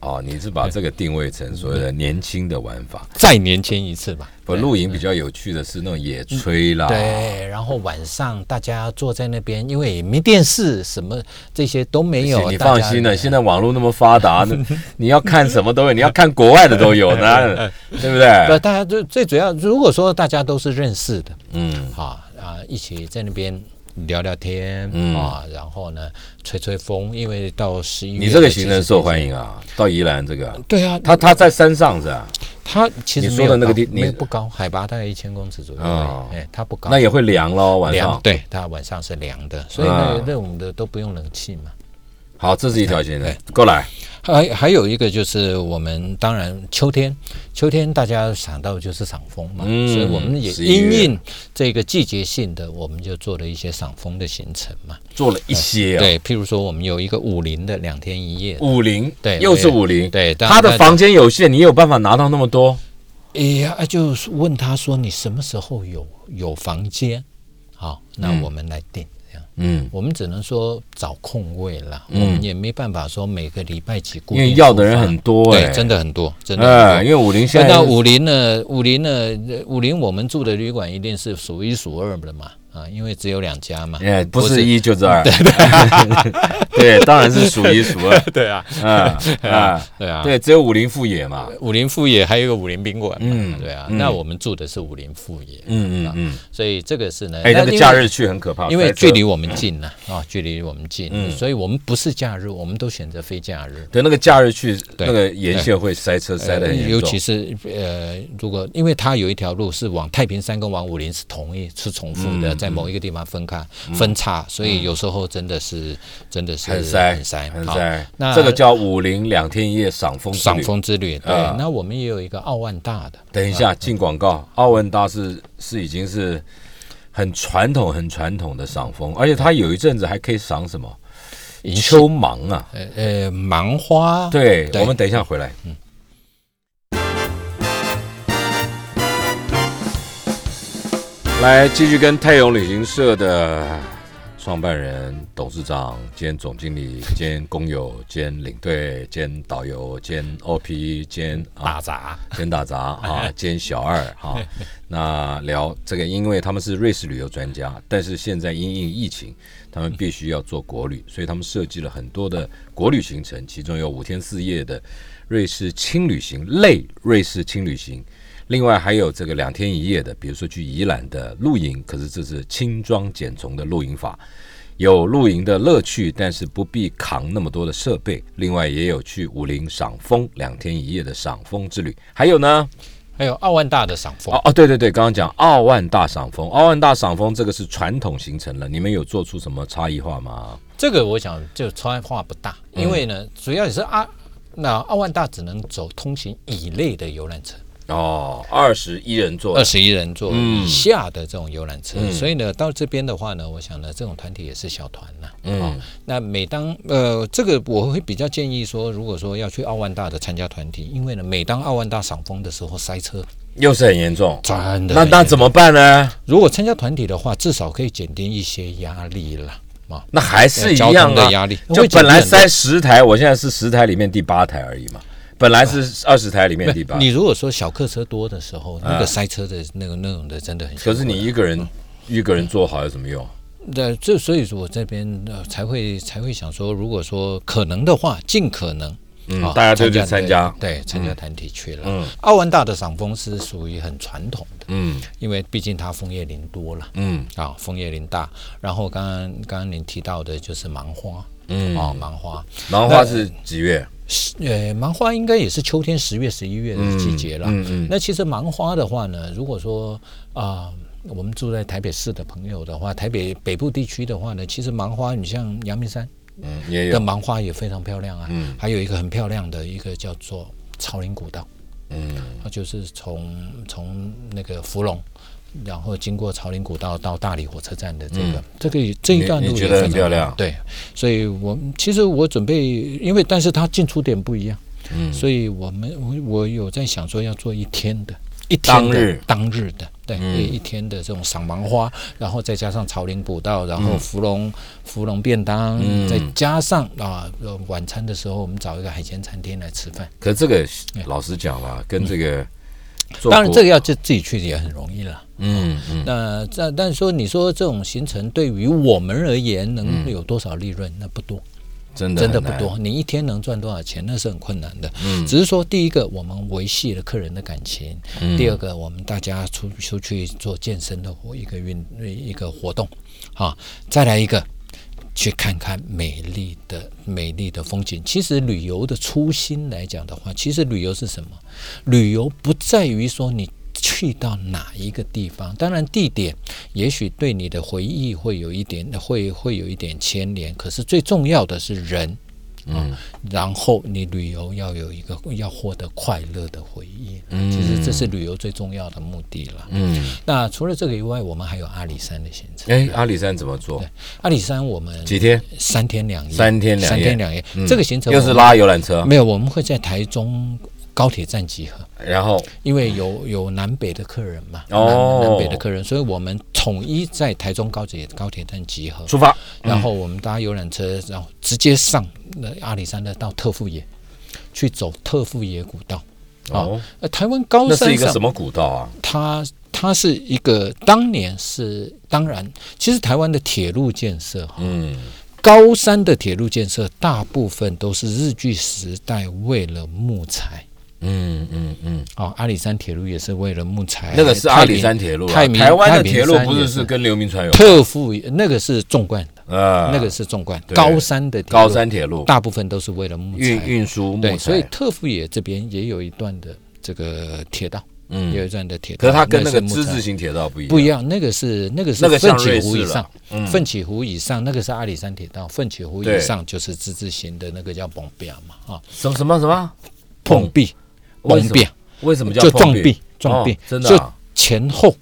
[SPEAKER 2] 哦，你是把这个定位成所谓
[SPEAKER 3] 嗯
[SPEAKER 2] 的年轻的玩法。
[SPEAKER 3] 再年轻一次吧。
[SPEAKER 2] 不，露营比较有趣的是那种野炊啦，
[SPEAKER 3] 嗯对，然后晚上大家坐在那边，因为也没电视，什么这些都没有。
[SPEAKER 2] 你
[SPEAKER 3] 哎大
[SPEAKER 2] 放
[SPEAKER 3] 家
[SPEAKER 2] 心了，啊现在网络那么发
[SPEAKER 3] [laughs]
[SPEAKER 2] 达，那你要看什么都有，你要看国外的都有
[SPEAKER 3] [laughs]
[SPEAKER 2] 呢，对不
[SPEAKER 3] 不，
[SPEAKER 2] 对？
[SPEAKER 3] 大家最最主要，如果说大家都是认识的，
[SPEAKER 2] 嗯，
[SPEAKER 3] 啊啊，一起在那边聊聊天、
[SPEAKER 2] 嗯
[SPEAKER 3] 啊，然后呢吹吹风，因为到十一月
[SPEAKER 2] 你这个行程受欢
[SPEAKER 3] 迎。
[SPEAKER 2] 迎啊，到宜兰这个，
[SPEAKER 3] 对啊，
[SPEAKER 2] 他他在山上是吧？
[SPEAKER 3] 它其实
[SPEAKER 2] 你
[SPEAKER 3] 没
[SPEAKER 2] 说的
[SPEAKER 3] 有
[SPEAKER 2] 那个
[SPEAKER 3] 高
[SPEAKER 2] 地你
[SPEAKER 3] 没有不高，海拔大概一千公尺左右而已。
[SPEAKER 2] 哦
[SPEAKER 3] 哎，它不高，
[SPEAKER 2] 那也会凉喽，晚
[SPEAKER 3] 凉
[SPEAKER 2] 上。。
[SPEAKER 3] 对，它晚上是凉的，所以那
[SPEAKER 2] 啊
[SPEAKER 3] 那我们的都不用冷气嘛。
[SPEAKER 2] 好，这是一条线的，过来。
[SPEAKER 3] 还还有一个就是我们当然秋天，秋天大家想到就是赏枫嘛，
[SPEAKER 2] 嗯
[SPEAKER 3] 所以我们也
[SPEAKER 2] 11
[SPEAKER 3] 因
[SPEAKER 2] 月
[SPEAKER 3] 应这个季节性的，我们就做了一些赏枫的行程嘛。
[SPEAKER 2] 做了一些啊，
[SPEAKER 3] 对，譬如说我们有一个武林的两天一夜的，
[SPEAKER 2] 五零，
[SPEAKER 3] 对
[SPEAKER 2] 又是五零，
[SPEAKER 3] 对当
[SPEAKER 2] 他的
[SPEAKER 3] 大家
[SPEAKER 2] 房间有限，你有办法拿到那么多？
[SPEAKER 3] 哎呀，啊就是问他说你什么时候有有房间？好，那我们来定。这样，
[SPEAKER 2] 嗯，
[SPEAKER 3] 我们只能说找空位啦，
[SPEAKER 2] 嗯
[SPEAKER 3] 我们也没办法说每个礼拜几固
[SPEAKER 2] 因
[SPEAKER 3] 定
[SPEAKER 2] 为要的
[SPEAKER 3] 出
[SPEAKER 2] 人
[SPEAKER 3] 发
[SPEAKER 2] 很多哎，
[SPEAKER 3] 对，真的很多，真的
[SPEAKER 2] 哎，
[SPEAKER 3] 很
[SPEAKER 2] 因
[SPEAKER 3] 多。
[SPEAKER 2] 为五零现
[SPEAKER 3] 那
[SPEAKER 2] 在
[SPEAKER 3] 到武林呢？武林呢？呃武林我们住的旅馆一定是数一数二的嘛，啊，因为只有两家嘛。
[SPEAKER 2] 哎，不是一就是二， [laughs] 对，当然是数一数
[SPEAKER 3] [laughs]
[SPEAKER 2] 二，
[SPEAKER 3] 对啊，
[SPEAKER 2] 啊啊，
[SPEAKER 3] 对啊。
[SPEAKER 2] 对，只有武林副业嘛，
[SPEAKER 3] 武林副业还有一个武林宾馆嘛，
[SPEAKER 2] 嗯
[SPEAKER 3] 对啊。
[SPEAKER 2] 嗯
[SPEAKER 3] 那我们住的是武林副业，
[SPEAKER 2] 嗯嗯嗯，
[SPEAKER 3] 所以这个是呢，
[SPEAKER 2] 哎，那
[SPEAKER 3] 因
[SPEAKER 2] 个
[SPEAKER 3] 为
[SPEAKER 2] 假日去很可怕，
[SPEAKER 3] 因为
[SPEAKER 2] 塞车
[SPEAKER 3] 距离我们近了啊，距离我们近，
[SPEAKER 2] 嗯
[SPEAKER 3] 所以我们不是假日，我们都选择非假日。
[SPEAKER 2] 对那个假日去
[SPEAKER 3] 对
[SPEAKER 2] 那个沿线会塞车塞的
[SPEAKER 3] 呃
[SPEAKER 2] 很严
[SPEAKER 3] 尤
[SPEAKER 2] 重，
[SPEAKER 3] 其是呃，如果因为它有一条路是往太平山跟往武林是同一是重复
[SPEAKER 2] 嗯
[SPEAKER 3] 的，在某一个地方分开分叉，所以有时候真的是真的是
[SPEAKER 2] 很塞
[SPEAKER 3] 很塞
[SPEAKER 2] 很
[SPEAKER 3] 好
[SPEAKER 2] 塞，
[SPEAKER 3] 那
[SPEAKER 2] 这个叫武林两天一夜赏枫之旅
[SPEAKER 3] 赏枫之旅，对
[SPEAKER 2] 啊，
[SPEAKER 3] 那我们也有一个奥万大的，
[SPEAKER 2] 等一下，进广告。奥文大是是已经是很传统、很传统的赏枫，而且他有一阵子还可以赏什么
[SPEAKER 3] 银杏
[SPEAKER 2] 秋芒啊。
[SPEAKER 3] 呃呃芒花，
[SPEAKER 2] 对，
[SPEAKER 3] 对
[SPEAKER 2] 我们等一下回来。嗯来，继续跟泰永旅行社的创办人、董事长兼总经理兼工友兼领队兼导游兼 OP 兼啊
[SPEAKER 3] 打杂，
[SPEAKER 2] 兼打杂啊，兼小二哈、那聊这个，因为他们是瑞士旅游专家，但是现在因应疫情，他们必须要做国旅，所以他们设计了很多的国旅行程，其中有五天四夜的瑞士轻旅行类瑞士轻旅行，另外还有这个两天一夜的，比如说去宜兰的露营，可是这是轻装简从的露营法。有露营的乐趣，但是不必扛那么多的设备。另外，也有去武陵赏枫两天一夜的赏枫之旅。还有呢，
[SPEAKER 3] 还有奥万大的赏枫
[SPEAKER 2] 哦，哦，对对对，刚刚讲奥万大赏枫，奥万大赏枫这个是传统行程了。你们有做出什么差异化吗？
[SPEAKER 3] 这个我想就差化不大，
[SPEAKER 2] 嗯
[SPEAKER 3] 因为呢，主要也是阿那奥万大只能走通行以内的游览车，
[SPEAKER 2] 哦，二十一人座
[SPEAKER 3] 二，十一人座以下的这种游览车，
[SPEAKER 2] 嗯
[SPEAKER 3] 所以呢，到这边的话呢，我想呢，这种团体也是小团呐、
[SPEAKER 2] 嗯
[SPEAKER 3] 哦那每当呃，这个我会比较建议说，如果说要去奥万大的参加团体，因为呢，每当奥万大赏枫的时候塞车，
[SPEAKER 2] 又是很严重。
[SPEAKER 3] 真的
[SPEAKER 2] 那
[SPEAKER 3] 很
[SPEAKER 2] 那
[SPEAKER 3] 严重
[SPEAKER 2] 怎么办呢？
[SPEAKER 3] 如果参加团体的话，至少可以减低一些压力啦。啊，
[SPEAKER 2] 那还是一
[SPEAKER 3] 交
[SPEAKER 2] 样
[SPEAKER 3] 通
[SPEAKER 2] 啊
[SPEAKER 3] 的，压力，
[SPEAKER 2] 就
[SPEAKER 3] 会减
[SPEAKER 2] 本来
[SPEAKER 3] 低很多
[SPEAKER 2] 塞十台，我现在是十台里面第八台而已嘛。本来是二十台里面第八，
[SPEAKER 3] 你如果说小客车多的时候，
[SPEAKER 2] 嗯
[SPEAKER 3] 那个塞车的那个那种的真的很辛
[SPEAKER 2] 可
[SPEAKER 3] 苦。
[SPEAKER 2] 是你一个人一个人做好有什么用？
[SPEAKER 3] 对，这所以说我这边、呃、才会才会想说，如果说可能的话，尽可能。
[SPEAKER 2] 嗯
[SPEAKER 3] 啊
[SPEAKER 2] 大家就去参加
[SPEAKER 3] 对，参加团体去了。
[SPEAKER 2] 嗯
[SPEAKER 3] 奥万大的赏枫是属于很传统的，
[SPEAKER 2] 嗯
[SPEAKER 3] 因为毕竟它枫叶林多了
[SPEAKER 2] 嗯
[SPEAKER 3] 啊，枫叶林大。然后刚刚刚刚您提到的就是芒花，
[SPEAKER 2] 嗯
[SPEAKER 3] 啊，芒花，
[SPEAKER 2] 然后花是几月？
[SPEAKER 3] 是呃，芒花应该也是秋天十月、十一月的季节了。
[SPEAKER 2] 嗯嗯嗯
[SPEAKER 3] 那其实芒花的话呢，如果说啊、我们住在台北市的朋友的话，台北北部地区的话呢，其实芒花，你像阳明山
[SPEAKER 2] 嗯，也
[SPEAKER 3] 的
[SPEAKER 2] 有。
[SPEAKER 3] 芒花也非常漂亮啊。
[SPEAKER 2] 嗯
[SPEAKER 3] 还有一个很漂亮的一个叫做朝林古道，
[SPEAKER 2] 嗯
[SPEAKER 3] 它就是从从那个芙蓉。然后经过朝林古道到大理火车站的这个、
[SPEAKER 2] 嗯
[SPEAKER 3] 这个这一段
[SPEAKER 2] 你
[SPEAKER 3] 路
[SPEAKER 2] 你觉
[SPEAKER 3] 也
[SPEAKER 2] 得很
[SPEAKER 3] 非常
[SPEAKER 2] 漂亮
[SPEAKER 3] 对，所以我其实我准备，因为但是它进出点不一样，
[SPEAKER 2] 嗯，
[SPEAKER 3] 所以我们我我有在想说要做一天的，一天的
[SPEAKER 2] 当日嗯
[SPEAKER 3] 当日的对，一一天的这种赏芒花，然后再加上草林古道，然后
[SPEAKER 2] 嗯
[SPEAKER 3] 芙蓉芙蓉便当，再加上啊、呃晚餐的时候我们找一个海鲜餐厅来吃饭。
[SPEAKER 2] 可这个老实讲啦，跟这个做
[SPEAKER 3] 嗯当然，
[SPEAKER 2] 国
[SPEAKER 3] 这个要自自己去也很容易了。
[SPEAKER 2] 嗯嗯
[SPEAKER 3] 那但但说你说这种行程对于我们而言能有多少利润？那不多，
[SPEAKER 2] 真的
[SPEAKER 3] 真的
[SPEAKER 2] 嗯很
[SPEAKER 3] 不
[SPEAKER 2] 难
[SPEAKER 3] 多。你一天能赚多少钱，那是很困难的。只是说第一个，我们维系了客人的感情；第二个，我们大家出出去做健身的活一个运一个活动，啊，再来一个。去看看美丽的美丽的风景。其实旅游的初心来讲的话，其实旅游是什么？旅游不在于说你去到哪一个地方，当然地点也许对你的回忆会有一点会会有一点牵连，可是最重要的是人。嗯，然后你旅游要有一个要获得快乐的回忆，嗯，其实这是旅游最重要的目的了。
[SPEAKER 2] 嗯，
[SPEAKER 3] 那除了这个以外，我们还有阿里山的行程。
[SPEAKER 2] 哎，阿里山怎么做？
[SPEAKER 3] 阿里山我们
[SPEAKER 2] 几天？
[SPEAKER 3] 三天两夜，
[SPEAKER 2] 三天两夜
[SPEAKER 3] 三天两夜。
[SPEAKER 2] 嗯
[SPEAKER 3] 这个行程
[SPEAKER 2] 又
[SPEAKER 3] 我
[SPEAKER 2] 是
[SPEAKER 3] 们
[SPEAKER 2] 拉游览车，
[SPEAKER 3] 没有，我们会在台中高铁站集合，
[SPEAKER 2] 然后
[SPEAKER 3] 因为有有南北的客人嘛，
[SPEAKER 2] 哦
[SPEAKER 3] 南南北的客人，所以我们统一在台中高铁高铁站集合，
[SPEAKER 2] 出发。
[SPEAKER 3] 然后我们搭游览车，然后直接上那阿里山的到特富野，去走特富野古道。
[SPEAKER 2] 哦，
[SPEAKER 3] 呃，台湾高
[SPEAKER 2] 那是
[SPEAKER 3] 山
[SPEAKER 2] 一个
[SPEAKER 3] 上
[SPEAKER 2] 什，么古道啊？
[SPEAKER 3] 它它是一个当年是当然，其实台湾的铁路建设哈，
[SPEAKER 2] 嗯，
[SPEAKER 3] 高山的铁路建设大部分都是日据时代为了木材。
[SPEAKER 2] 嗯嗯嗯，
[SPEAKER 3] 哦，阿里山铁路也是为了木材，
[SPEAKER 2] 那个是
[SPEAKER 3] 哎太
[SPEAKER 2] 阿里
[SPEAKER 3] 平
[SPEAKER 2] 山铁路啊，
[SPEAKER 3] 太平
[SPEAKER 2] 台湾的
[SPEAKER 3] 太平
[SPEAKER 2] 铁路
[SPEAKER 3] 山
[SPEAKER 2] 不
[SPEAKER 3] 也
[SPEAKER 2] 是
[SPEAKER 3] 是
[SPEAKER 2] 是跟流民船有关
[SPEAKER 3] 特富，那个是纵贯的，
[SPEAKER 2] 呃，
[SPEAKER 3] 那个是纵贯
[SPEAKER 2] 对
[SPEAKER 3] 高山的铁路
[SPEAKER 2] 高山铁路
[SPEAKER 3] 大部分都是为了木材
[SPEAKER 2] 运运输木材，
[SPEAKER 3] 对，所以特富野这边也有一段的这个铁道，
[SPEAKER 2] 嗯
[SPEAKER 3] 也有一段的铁道，
[SPEAKER 2] 可是它跟那个
[SPEAKER 3] 是木
[SPEAKER 2] 之
[SPEAKER 3] 材
[SPEAKER 2] 字形铁道不一样，
[SPEAKER 3] 不一样，那个是那个是
[SPEAKER 2] 那个像
[SPEAKER 3] 奋起湖以
[SPEAKER 2] 瑞士啊嗯
[SPEAKER 3] 上
[SPEAKER 2] 了，
[SPEAKER 3] 奋起湖以上那个是阿里山铁道，奋起湖以上就是之字形的那个叫崩壁嘛，啊，
[SPEAKER 2] 什么什么什么
[SPEAKER 3] 碰壁，
[SPEAKER 2] 为
[SPEAKER 3] 崩
[SPEAKER 2] 什么
[SPEAKER 3] 壁
[SPEAKER 2] 为什么叫
[SPEAKER 3] 就撞
[SPEAKER 2] 碰
[SPEAKER 3] 壁，撞壁
[SPEAKER 2] 哦，真的
[SPEAKER 3] 就
[SPEAKER 2] 啊，
[SPEAKER 3] 前后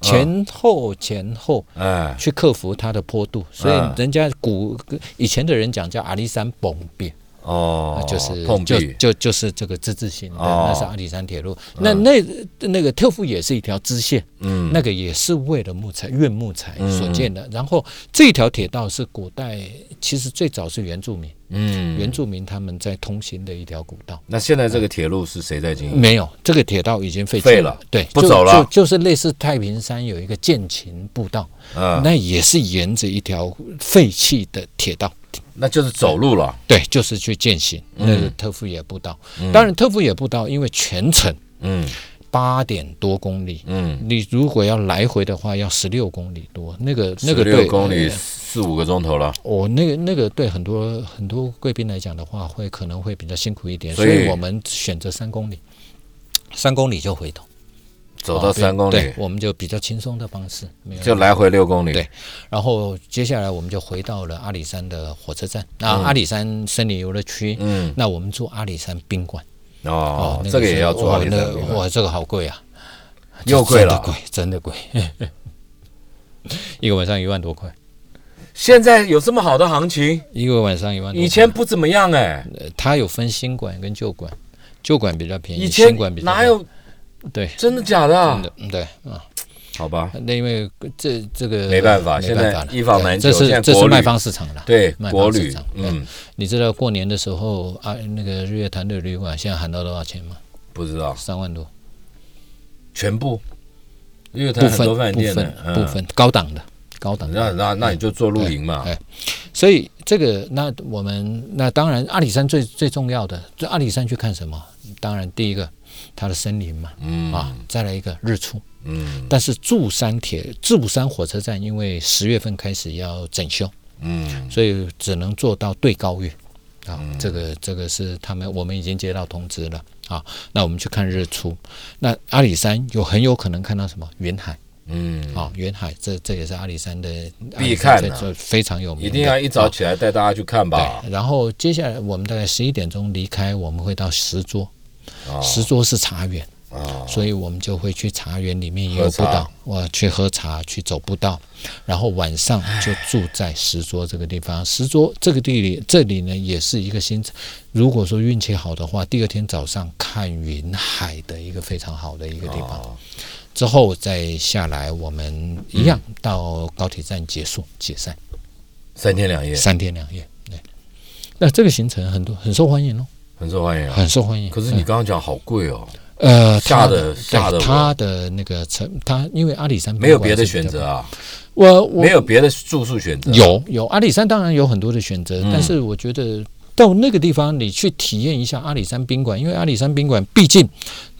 [SPEAKER 3] 前后前后。
[SPEAKER 2] 哎，
[SPEAKER 3] 去克服它的坡度，所
[SPEAKER 2] 嗯
[SPEAKER 3] 以人家古以前的人讲叫阿里山崩壁，啊
[SPEAKER 2] 哦，
[SPEAKER 3] 就是
[SPEAKER 2] 碰
[SPEAKER 3] 就
[SPEAKER 2] 壁，
[SPEAKER 3] 就就是这个之字形的，
[SPEAKER 2] 哦
[SPEAKER 3] 那是阿里山铁路。那那那个特富也是一条支线，
[SPEAKER 2] 嗯，
[SPEAKER 3] 那个也是为了木材运木材所建的。然后这条铁道是古代其实最早是原住民，
[SPEAKER 2] 嗯，
[SPEAKER 3] 原住民他们在通行的一条古道。
[SPEAKER 2] 那现在这个铁路是谁在经营？
[SPEAKER 3] 没有，这个铁道已经废弃
[SPEAKER 2] 废了
[SPEAKER 3] 对，
[SPEAKER 2] 不
[SPEAKER 3] 就
[SPEAKER 2] 走了
[SPEAKER 3] 就就是类似太平山有一个剑琴步道，
[SPEAKER 2] 嗯
[SPEAKER 3] 那也是沿着一条废弃的铁道，
[SPEAKER 2] 那就是走路了，
[SPEAKER 3] 对，就是去践行
[SPEAKER 2] 嗯
[SPEAKER 3] 那个特富野步道。当然，特富野步道因为全程
[SPEAKER 2] 嗯
[SPEAKER 3] 八点多公里，
[SPEAKER 2] 嗯，
[SPEAKER 3] 你如果要来回的话，要十六公里多，那个那个对
[SPEAKER 2] 六公里
[SPEAKER 3] 呃
[SPEAKER 2] 四五个钟头了，
[SPEAKER 3] 我、那个那个对很多很多贵宾来讲的话，会可能会比较辛苦一点，
[SPEAKER 2] 所
[SPEAKER 3] 所
[SPEAKER 2] 以
[SPEAKER 3] 以我们选择三公里，三公里就回头，
[SPEAKER 2] 走到
[SPEAKER 3] 哦对
[SPEAKER 2] 三公里
[SPEAKER 3] 对，我们就比较轻松的方式，没有
[SPEAKER 2] 就来回六公里，
[SPEAKER 3] 对，然后接下来我们就回到了阿里山的火车站，那阿里山森林游乐区，
[SPEAKER 2] 嗯，
[SPEAKER 3] 那我们住阿里山宾馆，
[SPEAKER 2] 哦，
[SPEAKER 3] 那
[SPEAKER 2] 这个也
[SPEAKER 3] 是
[SPEAKER 2] 要做
[SPEAKER 3] 哇
[SPEAKER 2] 阿里山
[SPEAKER 3] 那
[SPEAKER 2] 宾馆
[SPEAKER 3] 哇，这个好贵啊，
[SPEAKER 2] [laughs] 又贵
[SPEAKER 3] 真的
[SPEAKER 2] 了。
[SPEAKER 3] 贵，真的贵， [laughs] 一个晚上一万多块，
[SPEAKER 2] 现在有这么好的行情，
[SPEAKER 3] 一个晚上一万多块。
[SPEAKER 2] 以前不怎么样哎，
[SPEAKER 3] 呃它有分新馆跟旧馆，旧馆比较便宜，
[SPEAKER 2] 以前
[SPEAKER 3] 新馆比较
[SPEAKER 2] 哪
[SPEAKER 3] 贵
[SPEAKER 2] 有
[SPEAKER 3] 对。
[SPEAKER 2] 真的假的啊
[SPEAKER 3] 真？的，嗯对啊，
[SPEAKER 2] 好吧，
[SPEAKER 3] 那因为这这个
[SPEAKER 2] 没办法
[SPEAKER 3] 没
[SPEAKER 2] 现在
[SPEAKER 3] 办法了
[SPEAKER 2] 一房难
[SPEAKER 3] 对
[SPEAKER 2] 求
[SPEAKER 3] 这
[SPEAKER 2] 现在
[SPEAKER 3] 是这
[SPEAKER 2] 国
[SPEAKER 3] 是
[SPEAKER 2] 旅
[SPEAKER 3] 卖方市场了。
[SPEAKER 2] 对，
[SPEAKER 3] 卖
[SPEAKER 2] 国
[SPEAKER 3] 方市
[SPEAKER 2] 旅
[SPEAKER 3] 场，
[SPEAKER 2] 嗯，
[SPEAKER 3] 你知道过年的时候啊，那个日月潭的旅馆现在喊到多少钱吗？
[SPEAKER 2] 不知道
[SPEAKER 3] 三万多，
[SPEAKER 2] 全部，因为它
[SPEAKER 3] 部
[SPEAKER 2] 很
[SPEAKER 3] 分
[SPEAKER 2] 多饭
[SPEAKER 3] 部
[SPEAKER 2] 店
[SPEAKER 3] 分
[SPEAKER 2] 的，嗯
[SPEAKER 3] 部分高档的，高档的。
[SPEAKER 2] 那那那你就做露营嘛
[SPEAKER 3] 哎，所以这个，那我们那当然，阿里山最最重要的，这阿里山去看什么？当然，第一个它的森林嘛，
[SPEAKER 2] 嗯
[SPEAKER 3] 啊，再来一个日出。
[SPEAKER 2] 嗯
[SPEAKER 3] 但是柱山铁柱山火车站，因为十月份开始要整修，
[SPEAKER 2] 嗯，
[SPEAKER 3] 所以只能做到对高月啊。这个这个是他们我们已经接到通知了啊。那我们去看日出，那阿里山有很有可能看到什么云海
[SPEAKER 2] 嗯，
[SPEAKER 3] 啊，云海这这也是阿里山的
[SPEAKER 2] 必看啊
[SPEAKER 3] 阿里山这这非常有名的，
[SPEAKER 2] 一定要一早
[SPEAKER 3] 啊
[SPEAKER 2] 起来带大家去看吧。
[SPEAKER 3] 对，然后接下来我们大概十一点钟离开，我们会到石桌，
[SPEAKER 2] 啊
[SPEAKER 3] 石桌是茶园，
[SPEAKER 2] 啊，
[SPEAKER 3] 所以我们就会去茶园里面也有
[SPEAKER 2] 喝
[SPEAKER 3] 步
[SPEAKER 2] 茶
[SPEAKER 3] 道，我去喝茶，去走步道，然后晚上就住在石桌这个地方。石桌这个地理，这里呢也是一个新，如果说
[SPEAKER 2] 哦
[SPEAKER 3] 运气好的话，第二天早上看云海的一个非常好的一个地方。之后再下来，我们一样到高铁站结束解散，
[SPEAKER 2] 三天两夜，
[SPEAKER 3] 三天两夜。对，那这个行程很多很受欢迎哦，
[SPEAKER 2] 很受欢迎啊。
[SPEAKER 3] 很受欢迎。
[SPEAKER 2] 可是你刚刚讲好贵哦，
[SPEAKER 3] 呃，
[SPEAKER 2] 吓
[SPEAKER 3] 他
[SPEAKER 2] 得
[SPEAKER 3] 对
[SPEAKER 2] 吓得我
[SPEAKER 3] 他的那个成，他因为阿里山
[SPEAKER 2] 没有别的
[SPEAKER 3] 宾馆是
[SPEAKER 2] 选
[SPEAKER 3] 比较
[SPEAKER 2] 择啊，
[SPEAKER 3] 我我
[SPEAKER 2] 没有别的住宿选择。
[SPEAKER 3] 有有阿里山当然有很多的选
[SPEAKER 2] 嗯
[SPEAKER 3] 择，但是我觉得到那个地方你去体验一下阿里山宾馆，因为阿里山宾馆毕竟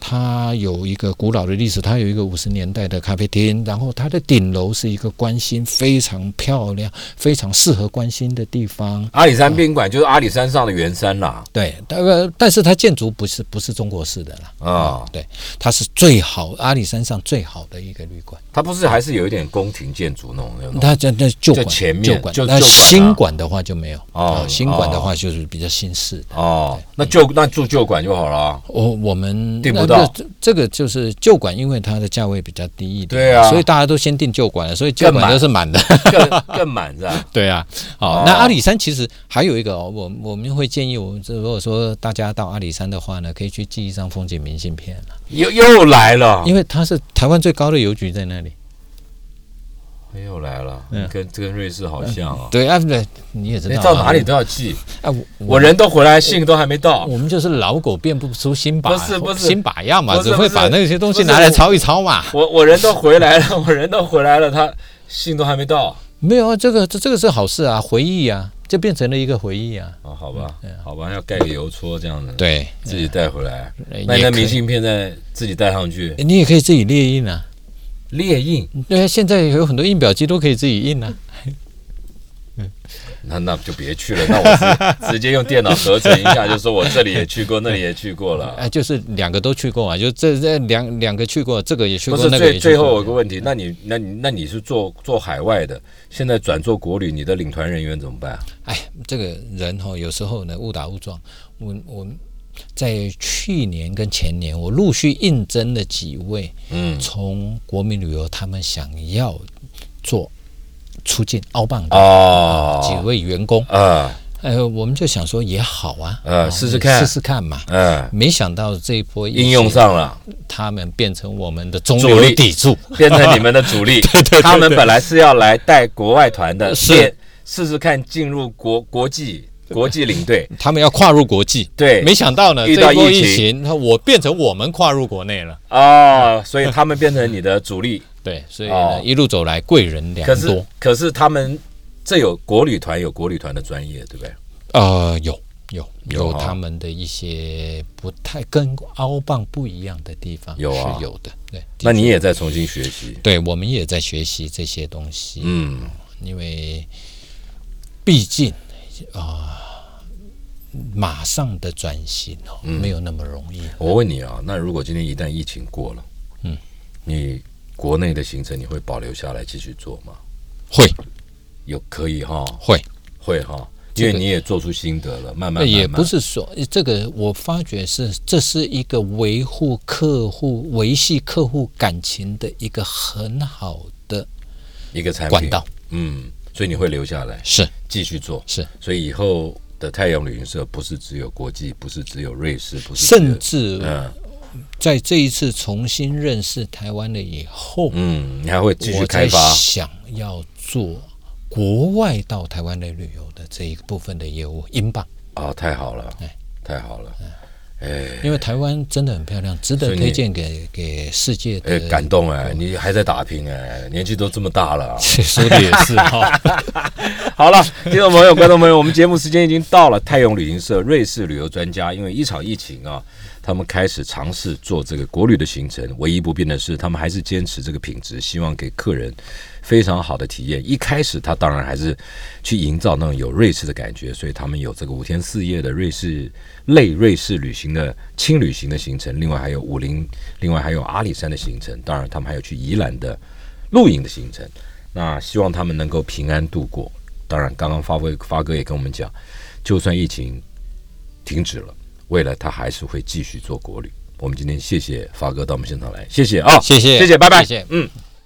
[SPEAKER 3] 它有一个古老的历史，它有一个五十年代的咖啡厅，然后它的顶楼是一个观星非常漂亮、非常适合观星的地方。
[SPEAKER 2] 阿里山宾馆就是阿里山上的圆山啦，
[SPEAKER 3] 对，但呃但是它建筑不是不是中国式的啦，
[SPEAKER 2] 啊，
[SPEAKER 3] 对，它是最好阿里山上最好的一个旅馆。
[SPEAKER 2] 它不是还是有一点宫廷建筑那种那种。
[SPEAKER 3] 它在那旧
[SPEAKER 2] 在
[SPEAKER 3] 馆，
[SPEAKER 2] 前面
[SPEAKER 3] 旧馆
[SPEAKER 2] 就，旧
[SPEAKER 3] 那
[SPEAKER 2] 馆啊
[SPEAKER 3] 新馆的话就没有
[SPEAKER 2] 哦
[SPEAKER 3] 啊，新馆的话就是比较新式的。
[SPEAKER 2] 哦，那旧那住旧馆就好了
[SPEAKER 3] [laughs]
[SPEAKER 2] 啊。
[SPEAKER 3] 我我们
[SPEAKER 2] 订不
[SPEAKER 3] 那
[SPEAKER 2] 到
[SPEAKER 3] 这这个就是旧馆，因为它的价位比较低一点，
[SPEAKER 2] 对啊
[SPEAKER 3] 所以大家都先订旧馆了，所以旧
[SPEAKER 2] 更
[SPEAKER 3] 馆
[SPEAKER 2] 满
[SPEAKER 3] 都是满的。 [laughs]
[SPEAKER 2] 更更满是吧？
[SPEAKER 3] 对啊，好、
[SPEAKER 2] 哦
[SPEAKER 3] 那阿里山其实还有一个、哦，我我们会建议，我们如果说大家到阿里山的话呢，可以去寄一张风景明信片了，
[SPEAKER 2] 又又来了，
[SPEAKER 3] 因为它是台湾最高的邮局在那里。
[SPEAKER 2] 又来了，
[SPEAKER 3] 嗯
[SPEAKER 2] 跟这跟瑞士好像啊。
[SPEAKER 3] 对啊，对，你也知
[SPEAKER 2] 你
[SPEAKER 3] 道啊，
[SPEAKER 2] 到哪里都要寄，
[SPEAKER 3] 啊，我
[SPEAKER 2] 我人都回来，信都还没到。
[SPEAKER 3] [laughs] 我们就是老狗变不出新把，
[SPEAKER 2] 不是不是
[SPEAKER 3] 新把样嘛，
[SPEAKER 2] 不是
[SPEAKER 3] 只会把
[SPEAKER 2] 不是
[SPEAKER 3] 那些东西
[SPEAKER 2] 不是
[SPEAKER 3] 拿来
[SPEAKER 2] 我
[SPEAKER 3] 抄一抄嘛。
[SPEAKER 2] [laughs] 我我人都回来了，我人都回来了，他信都还没到。
[SPEAKER 3] 没有啊，这个这这个是好事啊，回忆啊，就变成了一个回忆啊。
[SPEAKER 2] 哦，好吧，好吧，要盖个邮戳这样子，，
[SPEAKER 3] 对，
[SPEAKER 2] 自己带回来。
[SPEAKER 3] 呃
[SPEAKER 2] 嗯那你
[SPEAKER 3] 也
[SPEAKER 2] 的
[SPEAKER 3] 可以
[SPEAKER 2] 明信片再自己带上去，
[SPEAKER 3] 你也可以自己列印啊。
[SPEAKER 2] 列印，
[SPEAKER 3] 对啊，现在有很多印表机都可以自己印啊。
[SPEAKER 2] 那那就别去了，那我 [laughs] 直直接用电脑合成一下，就说我这里也去过，那里也去过了。
[SPEAKER 3] 哎，就是两个都去过啊，就这这两两个去过，这个也去
[SPEAKER 2] 不
[SPEAKER 3] 过，
[SPEAKER 2] 是
[SPEAKER 3] 那个也
[SPEAKER 2] 最
[SPEAKER 3] 去
[SPEAKER 2] 最后
[SPEAKER 3] 过
[SPEAKER 2] 有个问题，那你那你那你是做做海外的，现在转做国旅，你的领团人员怎么办啊？
[SPEAKER 3] 哎，这个人哈、有时候呢误打误撞。我我在去年跟前年，我陆续应征了几位
[SPEAKER 2] 嗯，
[SPEAKER 3] 从国民旅游他们想要做出境澳棒
[SPEAKER 2] 啊
[SPEAKER 3] 的几
[SPEAKER 2] 哦，
[SPEAKER 3] 位员工，
[SPEAKER 2] 呃
[SPEAKER 3] 呃，我们就想说也好啊，
[SPEAKER 2] 呃
[SPEAKER 3] 哦
[SPEAKER 2] 试试看
[SPEAKER 3] 试试看嘛。
[SPEAKER 2] 呃，
[SPEAKER 3] 没想到这一波疫情
[SPEAKER 2] 应用，上了，
[SPEAKER 3] 他们变成我们的中
[SPEAKER 2] 主
[SPEAKER 3] 流
[SPEAKER 2] 力
[SPEAKER 3] 砥柱。 [laughs]
[SPEAKER 2] 变成你们的主力。
[SPEAKER 3] 对对对
[SPEAKER 2] 他们本来是要来带国外团的，
[SPEAKER 3] 是
[SPEAKER 2] 练试试看进入国国际国际领
[SPEAKER 3] [laughs]
[SPEAKER 2] 队。
[SPEAKER 3] 他们要跨入国际，
[SPEAKER 2] 对，
[SPEAKER 3] 没想到呢，
[SPEAKER 2] 遇到
[SPEAKER 3] 这一波
[SPEAKER 2] 疫情
[SPEAKER 3] 疫情，那我变成我们跨入国内了。
[SPEAKER 2] 哦，所以他们变成你的主
[SPEAKER 3] [laughs]
[SPEAKER 2] 力。
[SPEAKER 3] 对，所以
[SPEAKER 2] 哦
[SPEAKER 3] 呢，一路走来贵人良
[SPEAKER 2] 可
[SPEAKER 3] 多
[SPEAKER 2] 是。可是他们这有国旅团有国旅团的专业，对不对？
[SPEAKER 3] 呃，有有
[SPEAKER 2] 有
[SPEAKER 3] 有哦
[SPEAKER 2] 哈
[SPEAKER 3] 他们的一些不太跟凹棒不一样的地方，
[SPEAKER 2] 有啊
[SPEAKER 3] 是有的。对，
[SPEAKER 2] 那你也在重新学习。
[SPEAKER 3] 对我们也在学习这些东西。
[SPEAKER 2] 嗯。
[SPEAKER 3] 因为毕竟啊、马上的转型哦，
[SPEAKER 2] 嗯
[SPEAKER 3] 没有那么容易。
[SPEAKER 2] 我问你啊，那如果今天一旦疫情过了，
[SPEAKER 3] 嗯，
[SPEAKER 2] 你国内的行程你会保留下来继续做吗？
[SPEAKER 3] 会
[SPEAKER 2] 有可以哈，
[SPEAKER 3] 会，
[SPEAKER 2] 会哈，因
[SPEAKER 3] 这个
[SPEAKER 2] 为你也做出心得了，慢慢慢慢
[SPEAKER 3] 那也不是说这个，我发觉是这是一个维护客户、维系客户感情的一个很好的
[SPEAKER 2] 一个产品
[SPEAKER 3] 管道。，
[SPEAKER 2] 嗯，所以你会留下来
[SPEAKER 3] 是
[SPEAKER 2] 继续做，
[SPEAKER 3] 是，
[SPEAKER 2] 所以以后的太阳旅行社不是只有国际，不是只有瑞士，不是只有
[SPEAKER 3] 甚至
[SPEAKER 2] 嗯
[SPEAKER 3] 在这一次重新认识台湾了以后，
[SPEAKER 2] 嗯，你还会继续
[SPEAKER 3] 我
[SPEAKER 2] 开
[SPEAKER 3] 才
[SPEAKER 2] 发，
[SPEAKER 3] 想要做国外到台湾来旅游的这一部分的业务，英镑，
[SPEAKER 2] 啊，太好了
[SPEAKER 3] 哎，
[SPEAKER 2] 太好了，哎。
[SPEAKER 3] 因为台湾真的很漂亮，值
[SPEAKER 2] 所
[SPEAKER 3] 得
[SPEAKER 2] 以你
[SPEAKER 3] 推荐给给世界
[SPEAKER 2] 哎
[SPEAKER 3] 的。，
[SPEAKER 2] 感动哎！你还在打拼哎，年纪都这么大了啊，
[SPEAKER 3] 说的也 [laughs] 是哈，
[SPEAKER 2] [laughs] 好了，听众朋友、观众朋友，我们节目时间已经到了。泰永旅行社瑞士旅游专家，因为一场疫情啊，他们开始尝试做这个国旅的行程。唯一不变的是，他们还是坚持这个品质，希望给客人非常好的体验。一开始，他当然还是去营造那种有瑞士的感觉，所以他们有这个五天四夜的瑞士类瑞士旅行的轻旅行的行程，另外还有武陵，另外还有阿里山的行程，当然他们还有去宜兰的露营的行程。那希望他们能够平安度过。当然，刚刚发威发哥也跟我们讲，就算疫情停止了，未来他还是会继续做国旅。我们今天谢谢发哥到我们现场来，谢谢啊，
[SPEAKER 3] 谢谢
[SPEAKER 2] 谢谢，拜拜，
[SPEAKER 3] 谢谢
[SPEAKER 2] 嗯，